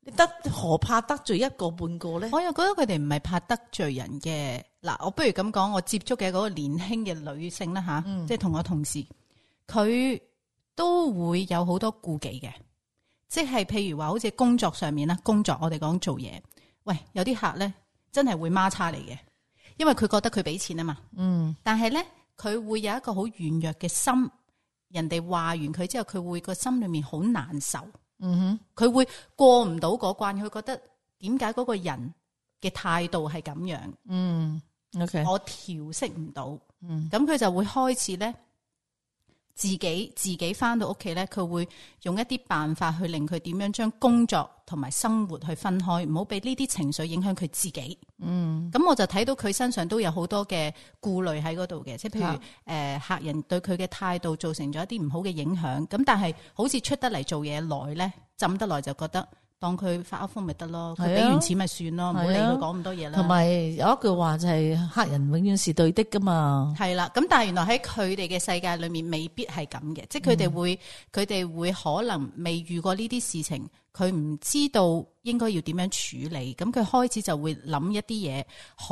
你得何怕得罪一個半個咧？
我又覺得佢哋唔係怕得罪人嘅。嗱，我不如咁講，我接觸嘅嗰個年輕嘅女性啦吓，即係同我同事，佢都會有好多顧忌嘅，即係譬如話好似工作上面啦，工作我哋講做嘢，喂，有啲客咧真係會孖叉你嘅，因為佢覺得佢俾錢啊嘛。
嗯，
但係咧，佢會有一個好軟弱嘅心，人哋話完佢之後，佢會個心裏面好難受。嗯哼，佢會過唔到嗰關，佢覺得點解嗰個人嘅態度係咁樣？嗯，
，OK，
我調適唔到，
嗯
咁佢就會開始咧自己自己翻到屋企咧，佢會用一啲辦法去令佢點樣將工作同埋生活去分開，唔好俾呢啲情緒影響佢自己。
嗯，
咁我就睇到佢身上都有好多嘅顧慮喺嗰度嘅，即係譬如
啊
诶、呃客人對佢嘅態度造成咗一啲唔好嘅影響。咁但係好似出得嚟做嘢耐咧，浸得耐就覺得當佢發噏風咪得咯，佢
係啊
俾完錢咪算咯，唔好理
係啊
佢講咁多嘢啦。
同埋有一句話就係黑人永遠是對的噶嘛，
系啦，咁但系原來喺佢哋嘅世界裏面未必係咁嘅，即系佢哋會佢哋、會可能未遇過呢啲事情，佢唔知道應該要點樣處理，咁佢開始就會諗一啲嘢，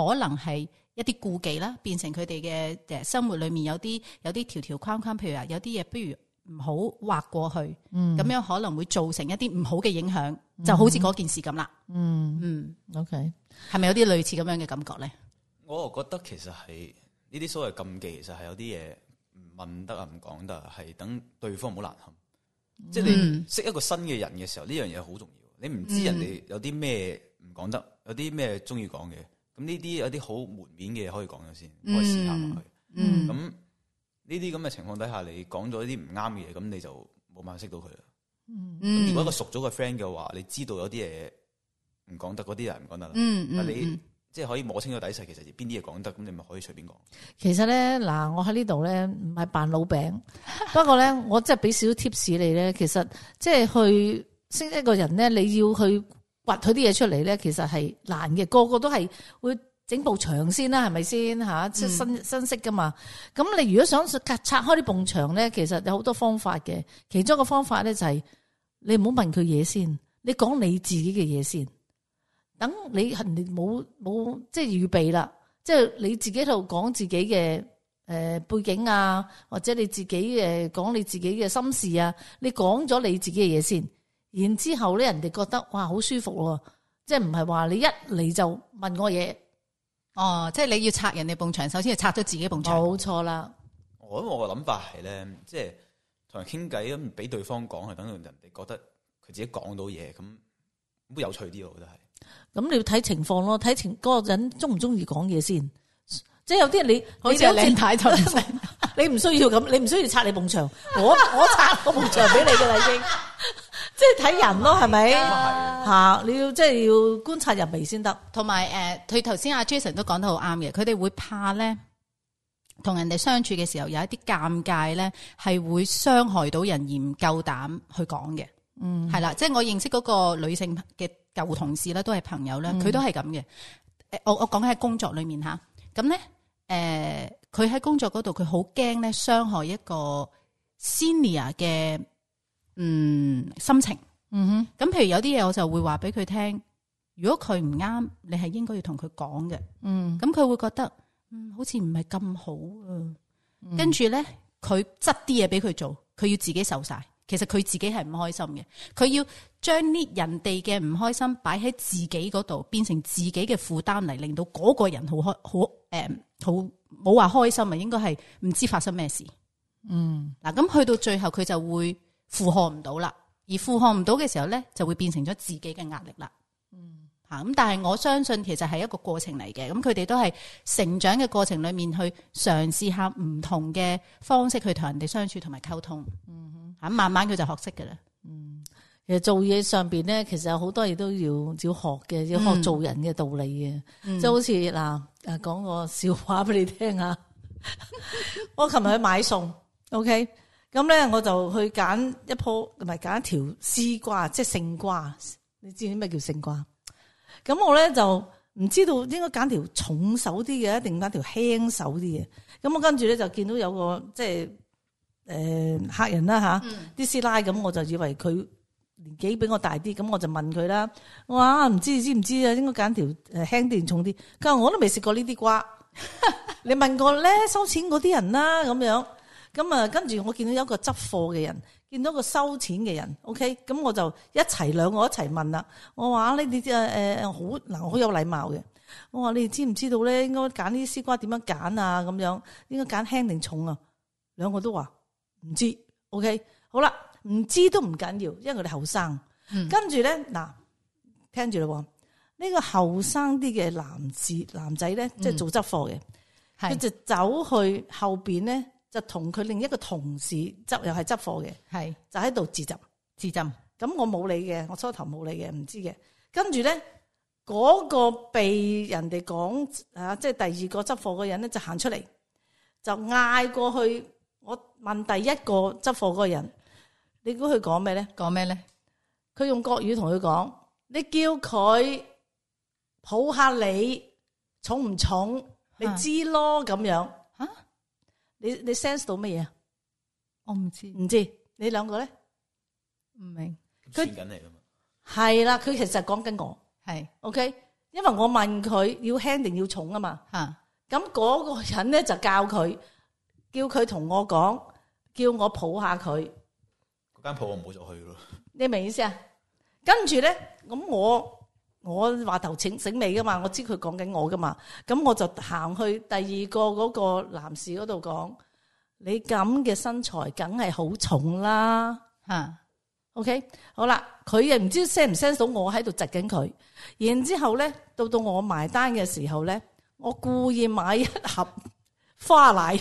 可能係一啲顧忌啦，變成佢哋嘅诶生活裏面有啲有啲條條框框，譬如話有啲嘢不如唔好劃過去，咁、樣可能會造成一啲唔好嘅影響，就好似嗰件事咁啦。
嗯
嗯，
，OK，
係咪有啲類似咁樣嘅感覺咧？
我又覺得其實係呢啲所謂禁忌，其實係有啲嘢唔問得啊，唔講得啊，係等對方唔好難堪。即係你
嗯
識一個新嘅人嘅時候，呢樣嘢好重要。你唔知人哋有啲咩唔講得，有啲咩中意講嘅，咁呢啲有啲好門面嘅嘢可以講咗先，可以試下埋去。
嗯
咁呢啲咁嘅情況底下，你講咗啲唔啱嘅嘢，咁你就冇辦法識到佢啦。
嗯
如果一個熟咗嘅 friend 嘅話，你知道有啲嘢唔講得，嗰啲人唔講得啦。
嗯嗯
但你
嗯
即係可以摸清楚底細，其實邊啲嘢講得，咁你咪可以隨便講。
其實咧嗱，我喺呢度咧唔係扮老餅， 不過咧我真係俾少少 tips 你咧，其實即係去識一個人咧，你要去掘佢啲嘢出嚟咧，其實係難嘅，個個都係會。整部牆先啦，係咪先吓？即係新新式噶嘛。咁你如果想拆拆開呢埲牆咧，其實有好多方法嘅。其中一個方法咧就係你唔好問佢嘢先，你講你自己嘅嘢先。等你人哋冇冇即係預備啦，即係你自己喺度講自己嘅诶、呃背景啊，或者你自己诶讲你自己嘅心事啊，你講咗你自己嘅嘢先，然之后咧人哋覺得哇好舒服喎、即係唔係話你一嚟就問我嘢，
哦，即系你要拆人哋埲牆，首先要拆咗自己埲牆。
冇錯啦，
我諗我嘅諗法係咧，即係同人傾偈咁，俾對方講，係等到人哋覺得佢自己講到嘢，咁會有趣啲咯。我覺得係。
咁你要睇情況咯，睇情嗰、個人中唔中意講嘢先，即係有啲人你
好似
你
有靚太就唔使
你唔需要咁，你唔需要拆你埲牆，我我拆個埲牆俾你噶啦已經， 即係睇人咯，係咪？吓，你要即係要觀察入微先得。
同埋诶，誒佢頭先阿 Jason 都講得好啱嘅，佢哋會怕咧，同人哋相處嘅時候有一啲尷尬咧，係會傷害到人而唔夠膽去講嘅。嗯，系啦，即係我認識嗰個女性嘅舊同事咧，都係朋友咧，佢都係咁嘅。诶，我我讲喺工作裏面吓，咁咧诶，誒佢喺工作嗰度，佢好驚咧傷害一個 senior 嘅嗯心情。
嗯
咁譬如有啲嘢我就會話俾佢聽，如果佢唔啱，你係應該要同佢講嘅。
哼，嗯
咁佢會覺得，嗯，好似唔係咁好啊。
嗯
跟住咧，佢執啲嘢俾佢做，佢要自己受晒。其實佢自己係唔開心嘅，佢要將呢人哋嘅唔開心擺喺自己嗰度，變成自己嘅負擔嚟，令到嗰個人好開好诶、好冇話開心啊，應該係唔知發生咩事。
嗯，
嗱，咁去到最後佢就會負荷唔到啦，而負荷唔到嘅時候咧，就會變成咗自己嘅壓力啦。嗯，吓咁，但係我相信其實係一個過程嚟嘅，咁佢哋都係成長嘅過程裏面去嘗試下唔同嘅方式去同人哋相處同埋溝通。嗯吓慢慢佢就學識噶啦。
其實做嘢上邊咧，其實有好多嘢都要要學嘅，要學做人嘅道理嘅。
嗯
即係好似嗱，誒講個笑話俾你聽啊！ 我琴日去買餸，OK，咁咧我就去揀一棵唔係揀一條絲瓜，即係勝瓜。你知唔知咩叫勝瓜？咁我咧就唔知道應該揀條重手啲嘅，一定揀條輕手啲嘅。咁我跟住咧就見到有個即係诶、呃客人啦吓，啲師奶咁，我就以為佢年紀比我大啲，咁我就問佢啦。我話啊唔知知唔知啊？應該揀條诶輕啲定重啲？佢話我都未食過呢啲瓜，你問過咧收錢嗰啲人啦咁樣。咁啊，跟住我見到有一個執貨嘅人，見到一個收錢嘅人，OK，咁我就一齊兩個一齊問啦。我話呢啲誒呃誒好嗱，我好有禮貌嘅。我話你哋知唔知道咧？應該揀呢啲絲瓜點樣揀啊？咁樣應該揀輕定重啊？兩個都話唔知，OK，好啦，唔知都唔緊要，因為佢哋後生。跟住咧嗱，聽住啦喎，呢個後生啲嘅男子男仔咧，即係做執貨嘅，佢、
系
就走去後邊咧，就同佢另一個同事執又係執貨嘅，
系
就喺度自執。
自浸，
咁我冇理嘅，我初頭冇理嘅，唔知嘅。跟住咧，嗰、個被人哋講啊，即係第二個執貨嘅人咧，就行出嚟，就嗌過去。我問第一個執貨嗰個人，你估佢講咩咧？
講咩咧？
佢用國語同佢講：你叫佢抱下你，重唔重？你
啊
知咯咁樣。
吓，
你你 sense 到乜嘢啊？
我唔知，
唔知你兩個咧？
唔明，
算緊你噶嘛？
係啦，佢其實講緊我。
係
OK，因為我問佢要輕定要重啊嘛，
吓，
咁嗰個人咧就教佢，叫佢同我講，叫我抱下佢，
嗰間鋪我冇再去咯。
你明意思啊？跟住咧，咁我我話頭請醒尾噶嘛，我知佢講緊我噶嘛，咁我就行去第二個嗰個男士嗰度講，你咁嘅身材梗係好重啦。
吓，
OK，好啦，佢又唔知 sense 唔 sense 到我喺度窒緊佢，然之後咧，到到我埋單嘅時候咧，我故意買一盒花奶，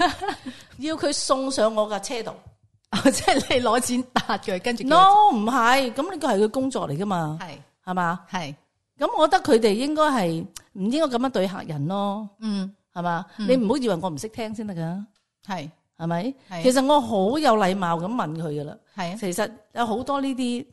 要佢送上我架車度。
哦即係你攞錢搭佢，跟住
No，唔係，咁呢個係佢工作嚟噶嘛，
係
係嘛？
係，
咁我覺得佢哋應該係唔應該咁樣對客人咯，
嗯
係嘛？
嗯
你唔好以為我唔識聽先得㗎，
係
係咪？
係
其實我好有禮貌咁問佢㗎啦。
係啊
其實有好多呢啲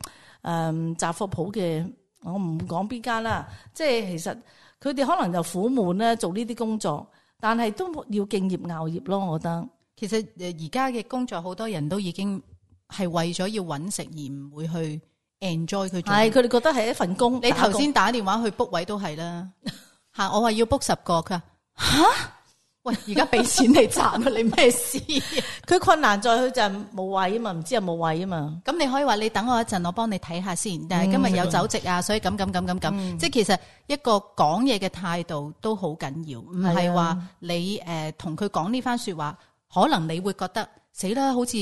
誒雜貨鋪嘅，我唔講邊間啦。即係其實佢哋可能就苦悶咧，做呢啲工作，但係都要敬業熬業咯。我覺得
其實呃誒而家嘅工作好多人都已經係為咗要揾食而唔會去 enjoy 佢做
係佢哋覺得係一份工。
你
打
頭
工
先打電話去 book 位都係啦， 吓我話要 book 十個，佢話吓 喂，而家俾錢你賺啊，你咩事？
佢困難在佢就係冇位啊嘛，唔知有冇位啊嘛。
咁你可以話你等我一陣，我幫你睇下先。但係今日有酒席啊，所以咁咁咁咁咁，即係其實一個講嘢嘅態度都好緊要，唔係
係
話你诶同佢講呢番说話，可能你會覺得死啦，好似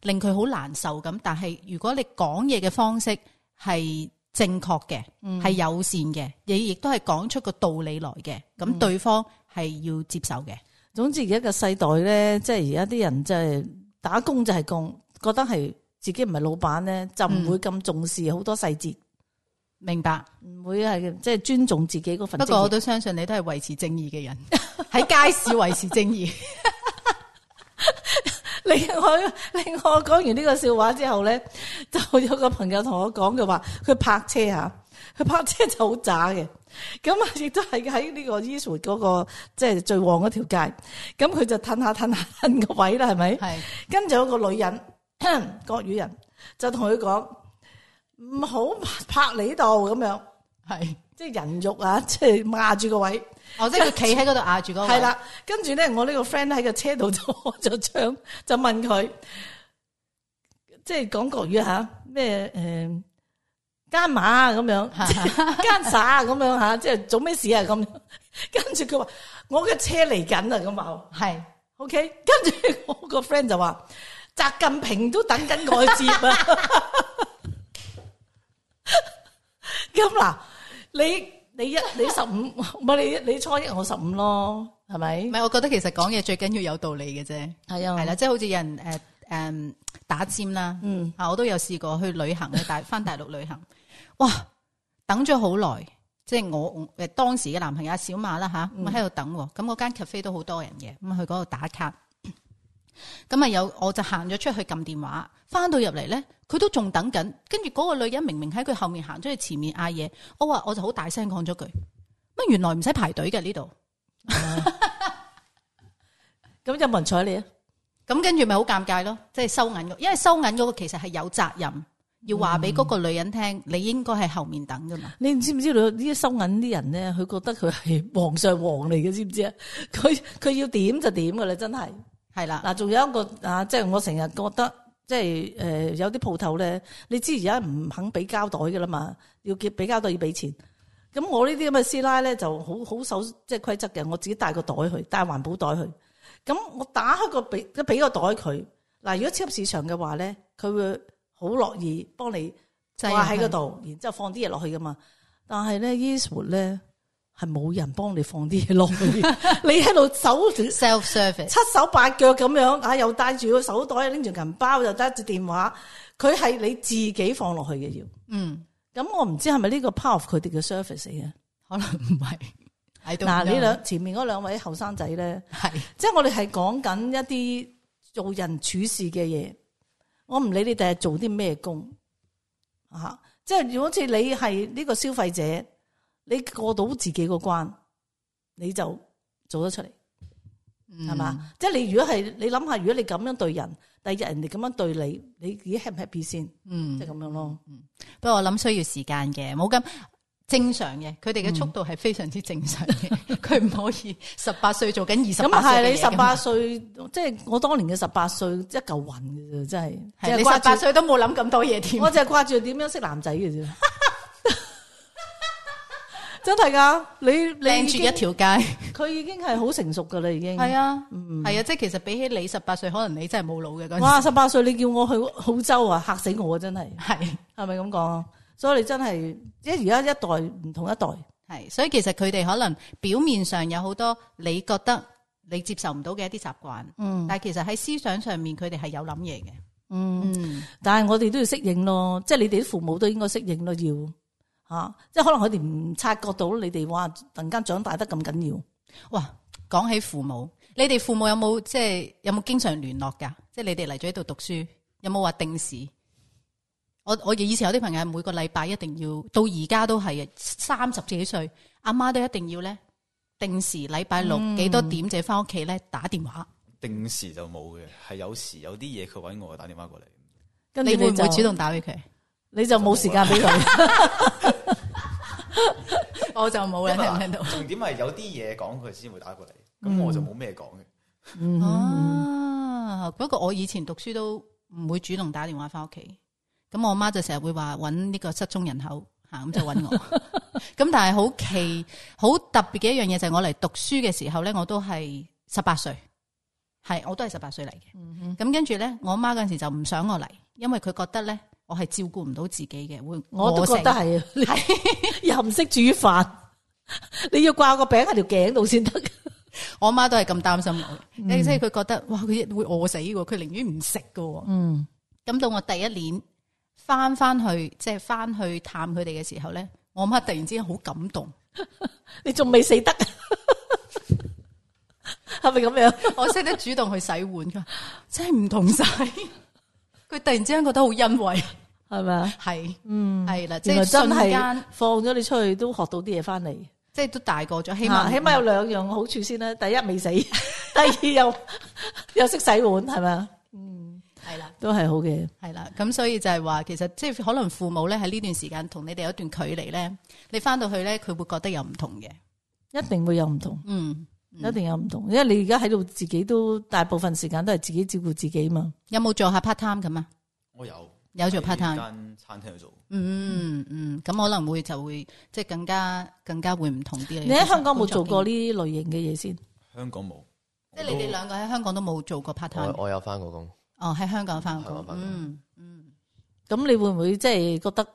令佢好難受咁。但係如果你講嘢嘅方式係正確嘅，係友善嘅，你亦都係講出個道理來嘅，咁對方係要接受嘅。
總之而家嘅世代咧，即係而家啲人就係打工就係工，覺得係自己唔係老闆咧，就唔會咁重視好多細節，
明白。
唔會係即係尊重自己嗰份職
嗯
業。
不過我都相信你都係維持正義嘅人，喺街市維持正義。
另外，另外講完呢個笑話之後咧，就有個朋友同我講嘅話，佢泊車嚇，佢泊車就好渣嘅。咁啊，亦都係喺呢個 Eastwood 嗰、個即係最旺嗰條街。咁佢就褪下褪下褪個位啦，係咪？
係。
跟住有個女人， 國語人就同佢講：唔好泊你度咁樣，
系，
即係人肉啊， 即係壓住個位。
哦，即系佢企喺嗰度壓住嗰個位
系，啦，跟住咧，我呢個 friend 喺個車度就開咗槍， 就問佢，即係講國語吓，咩诶奸馬啊咁樣，奸耍啊咁樣吓，即係做咩事啊咁樣。跟住佢話：我嘅車嚟緊啊咁啊
係
，OK。跟住 我個 friend 就話：習近平都等緊我去接啊。 咁嗱，你你一你十五，唔係你你初一我十五咯，係咪
唔？係？我覺得其實講嘢最緊要有道理嘅啫，
系啊，
係啦，，即係好似有人诶诶打尖啦，
嗯，
啊，我都有試過去旅行嘅，大 翻大陸旅行，哇，等咗好耐，即係我诶当时嘅男朋友阿小馬啦吓，咁喺度等喎，咁嗰間 cafe 都好多人嘅，咁去嗰度打卡，咁啊有我就行咗出去撳電話，翻到入嚟咧，佢都仲等緊，跟住嗰個女人明明喺佢後面行咗去前面嗌嘢，我話我就好大聲講咗句，乜原來唔使排隊嘅呢度。
咁有冇人睬你啊？
咁跟住咪好尷尬咯，即係收銀嗰，因為收銀嗰個其實係有責任，要話俾嗰個女人
嗯
聽，你應該係後面等噶嘛。
你唔知唔知道呢啲收銀啲人咧，佢覺得佢係皇上皇嚟嘅，知唔知啊？佢佢要點就點噶啦，真係。
係啦，
嗱，仲有一個啊，即係我成日覺得，即係誒、呃有啲鋪頭咧，你知而家唔肯俾膠袋噶啦嘛，要結俾膠袋要俾錢。咁我呢啲咁嘅師奶咧就好好守即係規則嘅，我自己帶個袋去，帶環保袋去。咁我打開個俾一俾個袋佢，嗱，如果超級市場嘅話咧，佢會好樂意幫你
擠
掛喺嗰度，然之後放啲嘢落去噶嘛。但係咧 Eastwood 咧係冇人幫你放啲嘢落去，你喺度手七
self service
手八腳咁樣啊，又帶住個手袋，拎住銀包，又得住電話，佢係你自己放落去嘅要。
嗯，
咁我唔知係咪呢個 part of 佢哋嘅 service 嚟嘅。
可能唔係喺度
嗱，呢兩前面嗰兩位後生仔咧，
係
即係我哋係講緊一啲做人處事嘅嘢。我唔理你第日做啲咩工啊，即係如果好似你係呢個消費者，你過到自己個關，你就做得出嚟，係
係
嘛？？即係你如果係你諗下，如果你咁樣對人，第日人哋咁樣對你，你自己 happy 唔 happy 先？
嗯
即係，咁樣咯。
不過我諗需要時間嘅，冇咁正常嘅，佢哋嘅
嗯
速度係非常之正常 嘅，佢唔可以十八歲做緊二十
咁
八
啊，係
歲
你
嘅嘢㗎
十
嘛
八歲，即係我當年嘅十八歲，一嚿雲嘅啫，真係。
係你
即係掛
十
住
八歲都冇諗咁多嘢添
我。就係掛住點樣識男仔嘅啫。 真係噶，你你
掟
已
住
經
一條街，
佢已經係好成熟噶啦，已經
係。啊，
嗯
係啊，即係其實比起你十八歲，可能你真係冇腦嘅嗰陣
哇！十八歲你叫我去澳洲啊，嚇死我啊！真係，
時，係
係咪咁講？所以你真係，即係而家一代唔同一代，
係，所以其實佢哋可能表面上有好多你覺得你接受唔到嘅一啲習慣，
嗯
但係其實喺思想上面，佢哋係有諗嘢嘅。
嗯。
嗯，
但係我哋都要適應咯，即係你哋啲父母都應該適應咯，要吓、啊即係可能佢哋唔察覺到你哋哇，突然間長大得咁緊要。
哇，講起父母，你哋父母有冇即係有冇經常聯絡㗎？即係你哋嚟咗呢度讀書，有冇話定時？我我以前有啲朋友係每個禮拜一定要，到而家都係三十幾歲，阿媽都一定要咧定時禮拜六
嗯
幾多點就翻屋企咧打電話。
定時就冇嘅，係有時有啲嘢佢揾我打電話過嚟。
跟住
你會唔
就
會主動打俾佢？
你就冇時間俾佢。
我哦就冇啦，
啊
聽唔聽到？
啊重點係有啲嘢講佢先會打過嚟，
嗯
咁我就冇咩講嘅。
嗯
啊，不過我以前讀書都唔會主動打電話翻屋企，咁我媽就成日會話揾呢個失蹤人口吓，咁就揾 我。咁但係好奇好特別嘅一樣嘢就係我嚟讀書嘅時候咧，我都係十八歲，係我都係十八歲嚟
嗯
嘅。咁跟住咧，我媽嗰陣時就唔想我嚟，因為佢覺得咧我係照顧唔到自己嘅，會
我都覺得
餓死
係，你 又唔識煮飯， 你要掛個餅喺條頸度先得。
我媽都係咁擔心我
嗯
嘅，即係佢覺得哇佢會餓死嘅，佢寧願唔食嘅。
嗯，
咁到我第一年翻翻去，即係翻去探佢哋嘅時候咧，我媽突然之間好感 動，
你仲未死得， 係咪咁樣？
我識得主動去洗碗㗎，真係唔同晒。 佢突然之間覺得好欣慰，
係咪啊？
係
嗯，
係啦，即
原來
係
真
瞬
係
間，
放咗你出去都學到啲嘢翻嚟。
即係都大個咗，起
啊
碼
起碼有兩樣好處先啦，第一未死， 第二又 又識洗碗，係咪啊？
係啦。
都係好嘅。
係啦，咁所以就係話，其實即係可能父母咧喺呢段時間同你哋有一段距離咧，你翻到去咧，佢會覺得有唔同嘅。
一定會有唔同，
嗯，
一定有唔同，因為你而家喺度自己都大部分時間都係自己照顧自己嘛。
有冇做下 part time 咁啊？
我有
有做 part time。
間餐廳去做，
嗯嗯，咁可能會就會即係更加更加會唔同啲。
你喺香港有冇做過？呢類型嘅嘢先？
香港冇。
即係你哋兩個喺香港都冇做過 part
我
time。
我有翻過工，
哦，喺香港翻
香
工
港，返工
嗯嗯，
咁你會唔會即係覺得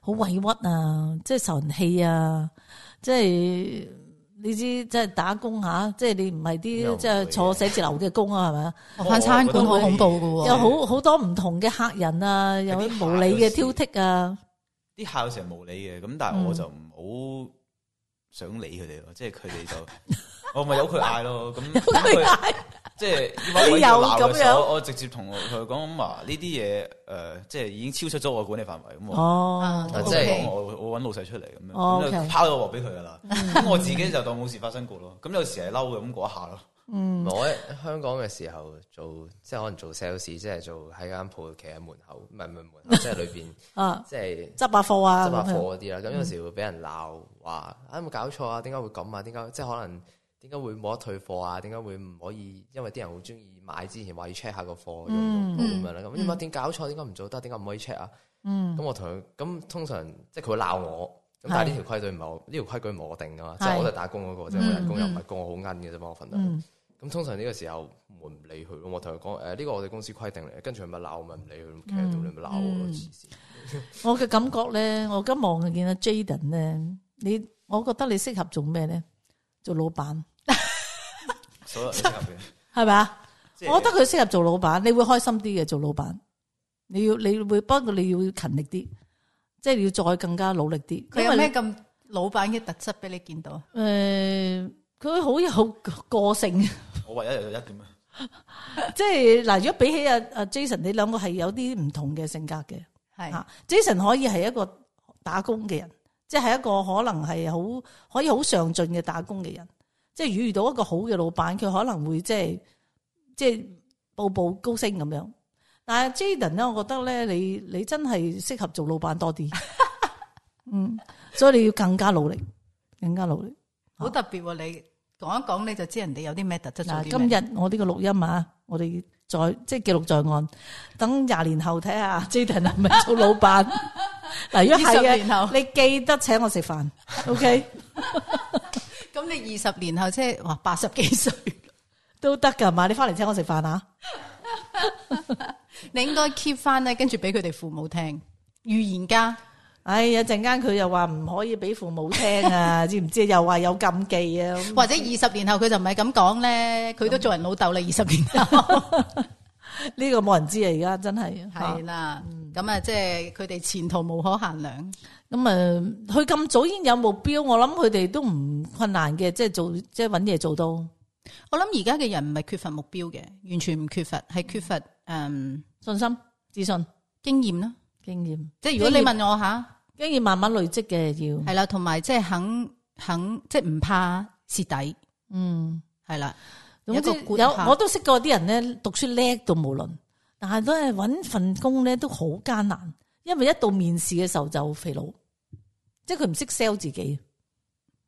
好委屈啊？即係受人氣啊？即係你知即係打工吓、即係你唔係
又
啲
唔
即係
會
坐寫字樓嘅工啊，係咪啊？
我翻餐館好恐怖
我
㗎
有
喎。
好好多唔同嘅客人啊，有
有啲
啲無理嘅挑剔啊，
啲校成無理嘅，咁
嗯
但係我就唔好想理佢哋咯，即係佢哋就 我咪由佢嗌咯， 咁咁佢即係要揾位
你有
要鬧
咁
嘅時
樣
候，我直接同我佢講咁話呢啲嘢誒，即係已經超出咗我管理範圍咁我。
哦，
啊
我
即係
講我我揾老細出嚟咁樣，
哦
咁就
OK 嗯
拋咗個鑊俾佢噶啦。咁我自己就當冇事發生過咯。咁有時係嬲嘅咁嗰一下咯。
嗯，
我喺香港嘅時候做，即係可能做 sales，即係做喺間鋪企喺門口，唔係唔係門 口，即係裏邊，
啊，
即係
執下貨啊，
執下
咁樣
貨嗰啲啦。咁有時會俾人鬧，話啊有冇搞錯啊？點解會咁啊？點解即係可能點解會冇得退貨啊？點解會唔可以？因為啲人好中意買之前話要 check 下個貨用唔用到咁樣啦。咁點解點搞錯？點解唔做得？點解唔可以 check 啊？
嗯
咁我同佢咁通常即係佢會鬧我，咁但係呢條規矩唔係我呢條規矩唔係我定噶嘛，即係
係
我都係打工嗰個啫，我人工又唔係高，我好奀嘅啫嘛，我份量。
嗯
咁通常呢個時候我唔理佢咯，我同佢講誒呢個我哋公司規定嚟，跟住佢咪鬧我咪唔理佢，企喺度你咪鬧我咯，
嗯
黐線。
我嘅感覺咧，我而家望見阿 Jaden 咧，你我覺得你適合做咩咧？做老闆
所有人都適合 嘅。
係咪啊？
即係
我覺得佢適合做老闆，你會開心啲嘅做老闆。你要你會不過你要勤力啲，即係你要再更加努力啲。
佢
因
有
為
咩咁老闆嘅特質俾你見到啊？
诶，呃佢好、有個性。
我唯一就一 點啊，
即係嗱，如果比起阿阿 Jason，你兩個係有啲唔同嘅性格嘅
係
吓。Jason 啊可以係一個打工嘅人，即係一個可能係好可以好上進嘅打工嘅人。即係如果遇到一個好嘅老闆，佢可能會即係即係步步高升咁樣。但係 Jaden 咧，我覺得咧，你你真係適合做老闆多啲。嗯，所以你要更加努力，更加努力。
好特別喎！你講一講你就知人哋有啲咩特質做
嗱，
啲
今
咩
日我呢個錄音啊，我哋再即係記錄在案，等廿年後 睇下 Jaden 係咪做老闆。嗱，如果係
20年後
嘅，你記得請我食 飯，OK
咁你二十年後即係哇八十幾歲，
都得噶嘛？你翻嚟請我食飯啊？
你應該 keep 翻咧，跟住俾佢哋父母聽。預言家
哎呀，陣間佢又話唔可以俾父母聽 啊，知唔知？又話有禁忌啊，咁
或者二十年後佢就唔係咁講咧，佢都做人老豆啦。二十年後
呢個冇人知啊！而家真係嚇
係啦，咁啊即係佢哋前途無可限量。
咁啊，佢咁早已經有目標，我諗佢哋都唔困難嘅，即係做即係揾嘢做到
我諗而家嘅人唔係缺乏目標嘅，完全唔缺乏，係缺乏嗯
信心、自信、
經驗啦。
經驗。
即係如果你
經驗
問我吓。
經驗慢慢累積嘅要，
系啦，同埋即系肯肯即系唔怕蚀底，
嗯，
系啦，嗯有一
咁
個
即
good
有
part
我都識過啲人咧，讀書叻到無論，但係都係揾份工咧都好艱難，因為一到面試嘅時候就肥佬，即係佢唔識 sell 自己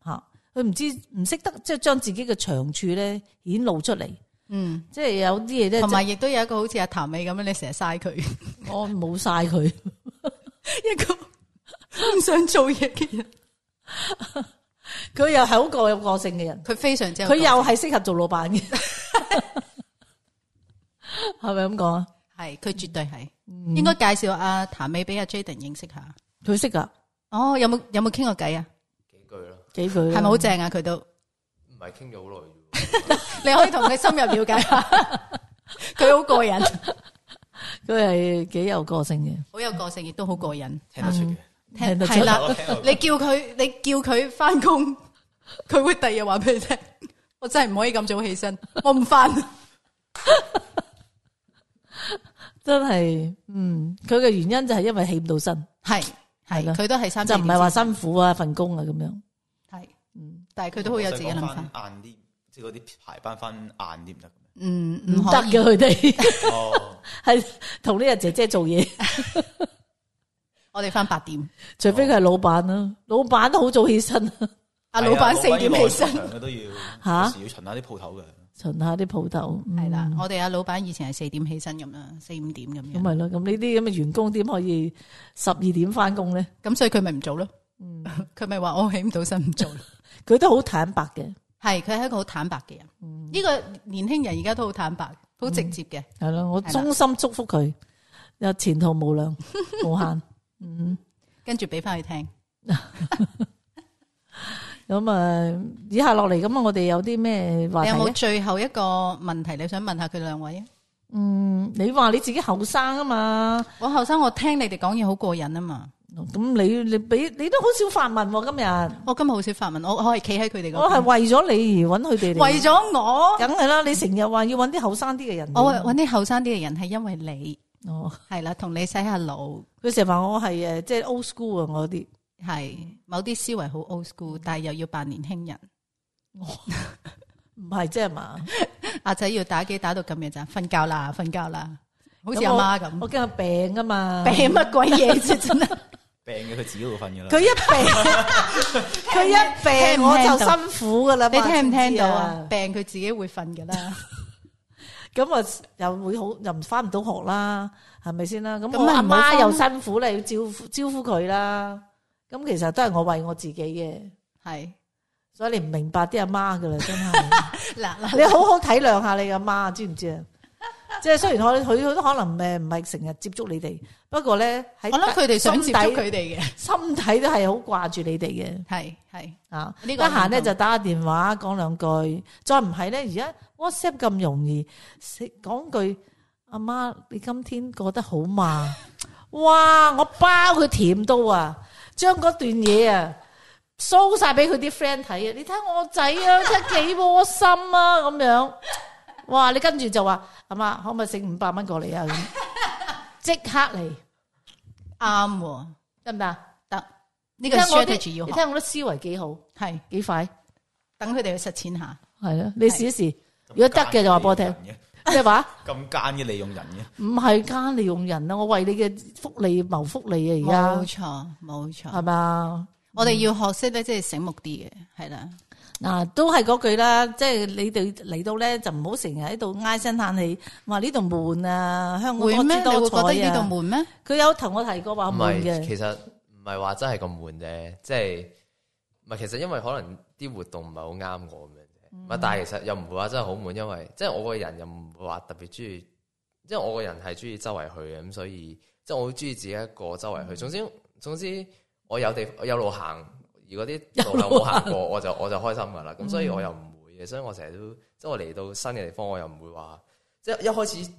吓，佢唔知唔識得即係將自己嘅長處咧顯露出嚟，
嗯，
即係有啲嘢咧，
同埋亦都有一個好似阿譚美咁樣，你成日嘥佢
就我冇晒佢，
一個唔想做嘢嘅人，
佢又係好個有個性嘅人。
佢非常之有
佢又係適合做老闆嘅， 係咪咁講啊？
係佢絕對係，應該介紹阿譚美俾阿 Jaden 認識下。
佢識噶
哦，有冇有冇傾過偈啊？
幾句啦，
幾句
係
啦
咪好正啊？佢都
唔係傾咗好耐啫喎。
你可以同佢深入 了解下，佢好過癮，
佢係幾有個性嘅，
好有個性，亦都好過癮。
聽得出嘅。
聽得出
係啦
我聽，過
你叫佢你叫佢翻工， 佢會第二日話俾你聽，我真係唔可以咁早起身，我唔翻。
真係嗯，佢嘅原因就係因為起唔到身，
系系，
係啦
佢都系三
就唔係話辛苦啊份工啊咁樣。
系，嗯，但系佢都好有自己諗法，
翻晏啲，即係嗰啲排班翻晏啲唔得嘅
嗯，
唔
唔
得
可以
嘅，佢哋
咩。哦，
係同呢個姐 姐做嘢，
我哋翻八點，
除非佢係老闆啦，老闆都好早起身啊，
阿老闆四點起身，
身，都要
嚇
有時要巡下啲鋪頭嘅。
巡下啲鋪頭嗯
係
係
啦，我哋阿老闆以前係四點起身咁樣，四五點咁
咁
樣，
咪咯，咁呢啲咁嘅員工點可以十二點翻工咧？
咁所以佢咪唔做咯，佢咪話我起唔到身唔做咯，
佢都好坦白嘅，
係佢係一個好坦白嘅人，
嗯
呢個年輕人而家都好坦白，好直接嘅，
係咯，我
係啦
衷心祝福佢，又前途無 量，無限。
跟住俾翻佢聽。
咁啊，以下落嚟咁啊，我哋有啲咩話
你
題啊
有
呢
冇最後一個問題你想問下佢兩位啊？
嗯，你話你自己後生啊嘛，
我後生我聽你哋講嘢好過癮啊嘛，
咁你你俾你都好少發問喎、今
我今日好少發問，我我係企喺佢哋
日我
嗰
係
邊，
為咗你而啊揾佢哋嚟，
為咗我。
梗係啦，你成日話要揾啲後生啲嘅人嚟，
我揾啲後生啲嘅人係因為你
哦，
係啦，同你洗下腦，
佢成日話我係誒即係 ờ, old school à, 啊，我啲嗯
係某啲思維好 old school，但係又要扮年輕人。
唔係啫嘛，
阿仔要打機打到咁夜咋，瞓覺啦，瞓覺啦，好似
我
阿媽咁，
我驚佢病啊嘛，
病乜鬼嘢啫，真係。
病嘅佢自己會瞓㗎啦
佢。一病佢一
聽
病
唔
我
聽
就
到
辛苦噶啦，
你聽唔
知啊知
聽到啊？？病佢自己會瞓噶啦，
咁啊，又會好又唔翻唔到學啦，係咪先啦？咁
咁
我
咪唔
阿
好
媽
返
又辛苦啦，要招呼招呼佢啦。咁其實都係我為我自己嘅，
係
所以你唔明白啲阿媽噶啦，真係
嗱嗱，
你好好體諒下你阿媽，知唔知啊？即係雖然佢佢佢都可能呃誒唔係成日接觸你哋，不過咧喺
我諗佢哋想接觸
心底
佢哋嘅，
心底都係好掛住你哋嘅。
係係
啊！
呢
得
個
閒咧
運動
就打下電話講兩句，再唔係咧而家 WhatsApp 咁容易，食講句阿媽你今天過得好 嘛？哇！我包佢甜到啊，將嗰段嘢啊 show 晒俾佢啲 friend 睇啊！你睇我仔啊，睇幾窩心啊咁樣。哇！你跟住就話阿媽可唔可以整五百蚊過嚟啊？咁即刻嚟
啱喎，
得唔得啊？
得呢
你
個
睇我啲
strategy 要
你
學，
睇我啲思維幾好
係
幾快。
等佢哋去實踐下。
系咯，你試一試。如果得嘅就話俾我聽，咩話？
咁奸嘅利用人嘅，
唔係奸利用人啊！我為你嘅福利謀福利啊！而啊
冇錯冇
家
錯，
係嘛？
我哋要學識咧，即係醒目啲嘅，係啦，
嗱，啊都係嗰句啦，即係你哋嚟到咧就唔好成日喺度唉聲嘆氣，話呢度悶啊，香港
會
多
咩？
姿
你會
多
覺
彩
得呢
啊
度！悶咩？
佢有同我提過話
唔
悶
係，
嘅，
其實唔係話真係咁悶啫，即係唔係其實因為可能啲活動唔係好啱我咁樣啫，唔係、但係其實又唔會話真係好悶，因為即係我個人又唔會話特別中意，即係我個人係中意周圍去嘅，咁所以即係我好中意自己一個周圍去。總之總之我有地我有路行，而嗰啲路又冇行過，我就我就開心噶啦。咁所以我又唔會嘅，所以我成日都即係我嚟到新嘅地方，我又唔會話即係一開始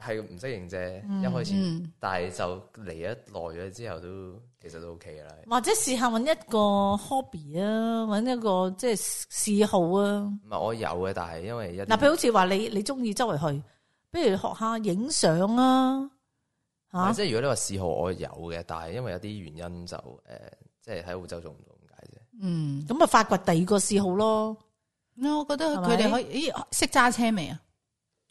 係唔適應啫，一開始。
嗯，
但係就嚟咗耐咗之後都其實都 OK 噶啦。
或者試下揾一個 hobby 啊，揾一個即係嗜好啊。
唔係我有嘅，但係因為一
嗱，譬如好似話你你中意周圍去，不如學下影相啊，吓、
唔係即係如果你話嗜好我有嘅，但係因為有啲原因就誒、呃即係喺澳洲做唔到咁解啫。
嗯，
咁咪啊發掘第二個嗜好咯。
嗱我覺得
係咪
佢哋可以，咦，識揸車未啊？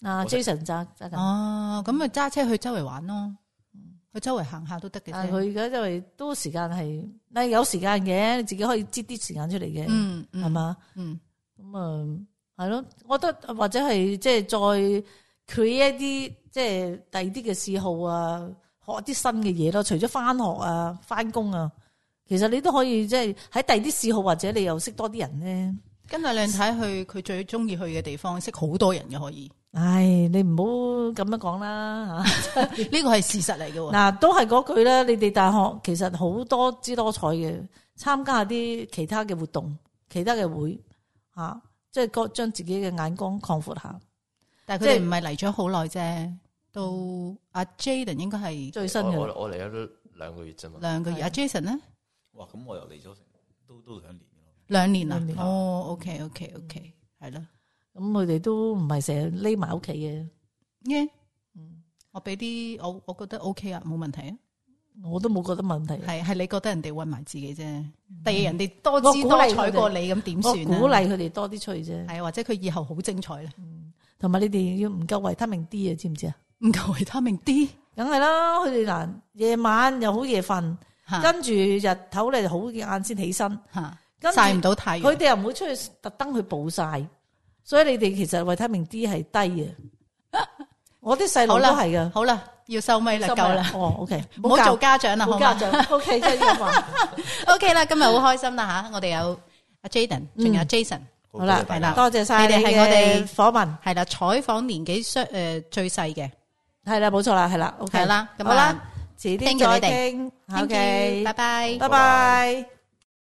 啊
我識
，Jason 揸揸緊，
哦，咁咪揸車去周圍玩咯，嗯去周圍行下都得嘅
但係
啫。
啊佢而家因為都時間係，你有時間嘅，你自己可以擠啲時間出嚟嘅，
嗯，
係
係？
嘛？
嗯，
咁啊，係咯，我覺得或者係即係再 create 啲即係第二啲嘅嗜好啊，學啲新嘅嘢咯。除咗翻學啊、翻工啊，其實你都可以即係喺第二啲嗜好，或者你又識多啲人咧。
跟阿靚太去佢最中意去嘅地方，識好多人嘅可 以，
唉，你唔好咁樣講啦吓。
呢個係事實嚟嘅喎。
嗱，都係嗰句啦。你哋大學其實好多姿多彩嘅，參加下啲其他嘅活動、其他嘅會嚇、啊即係各將自己嘅眼光擴闊下。
但係
即
佢
係嗯
哋唔係嚟咗好耐啫，到阿 Jaden 應該係
最新
我
嘅
我我嚟咗都兩個月啫嘛，
兩個月，
係啊
阿 Jason 咧
哇！咁我又嚟咗成都都兩年咯，
兩年啦
兩。年
哦，OK OK OK，係咯。
咁，佢哋都唔係成日匿埋屋企嘅。嗯
耶，我俾啲我我覺得 OK 啊，冇問題啊。
我都冇覺得問題。
係係你覺得人哋混埋自己啫，第二人哋多
嗯我
姿
鼓
多
勵佢
彩
哋
過你咁點
我
算啊？
鼓勵佢哋多啲出去啫，
係啊，或者佢以後好精彩啦。
同埋你哋要唔夠維他命 D 啊，知唔知啊？
唔夠維他命 D
梗係啦，佢哋嗱夜晚又好夜瞓，
吓
跟住日頭咧好晏先起身，
吓，
跟住
曬唔到太
佢
陽。
哋又唔會出去特登去補晒，所以你哋其實維他命 D 係低嘅。 我啲細路
好
都
啦
係噶，
好啦，要收尾啦，
收
夠啦，
埋。哦，OK，
唔好做家長啦，啊好
冇家
嘛
長。OK，真 係要話
？OK 啦，今日好開心啦吓， 我哋有阿 Jaden，仲有阿 Jason，
好啦
多謝大
係
家
啦
多謝晒
你哋係
嘅
我哋
訪問，
係啦，採訪年紀相诶最細嘅，
係啦，冇錯啦，係啦，OK，
係啦咁啊
好啦，遲
thank you
啲再
你哋
傾
Thank you，
，OK，
拜拜。
拜拜。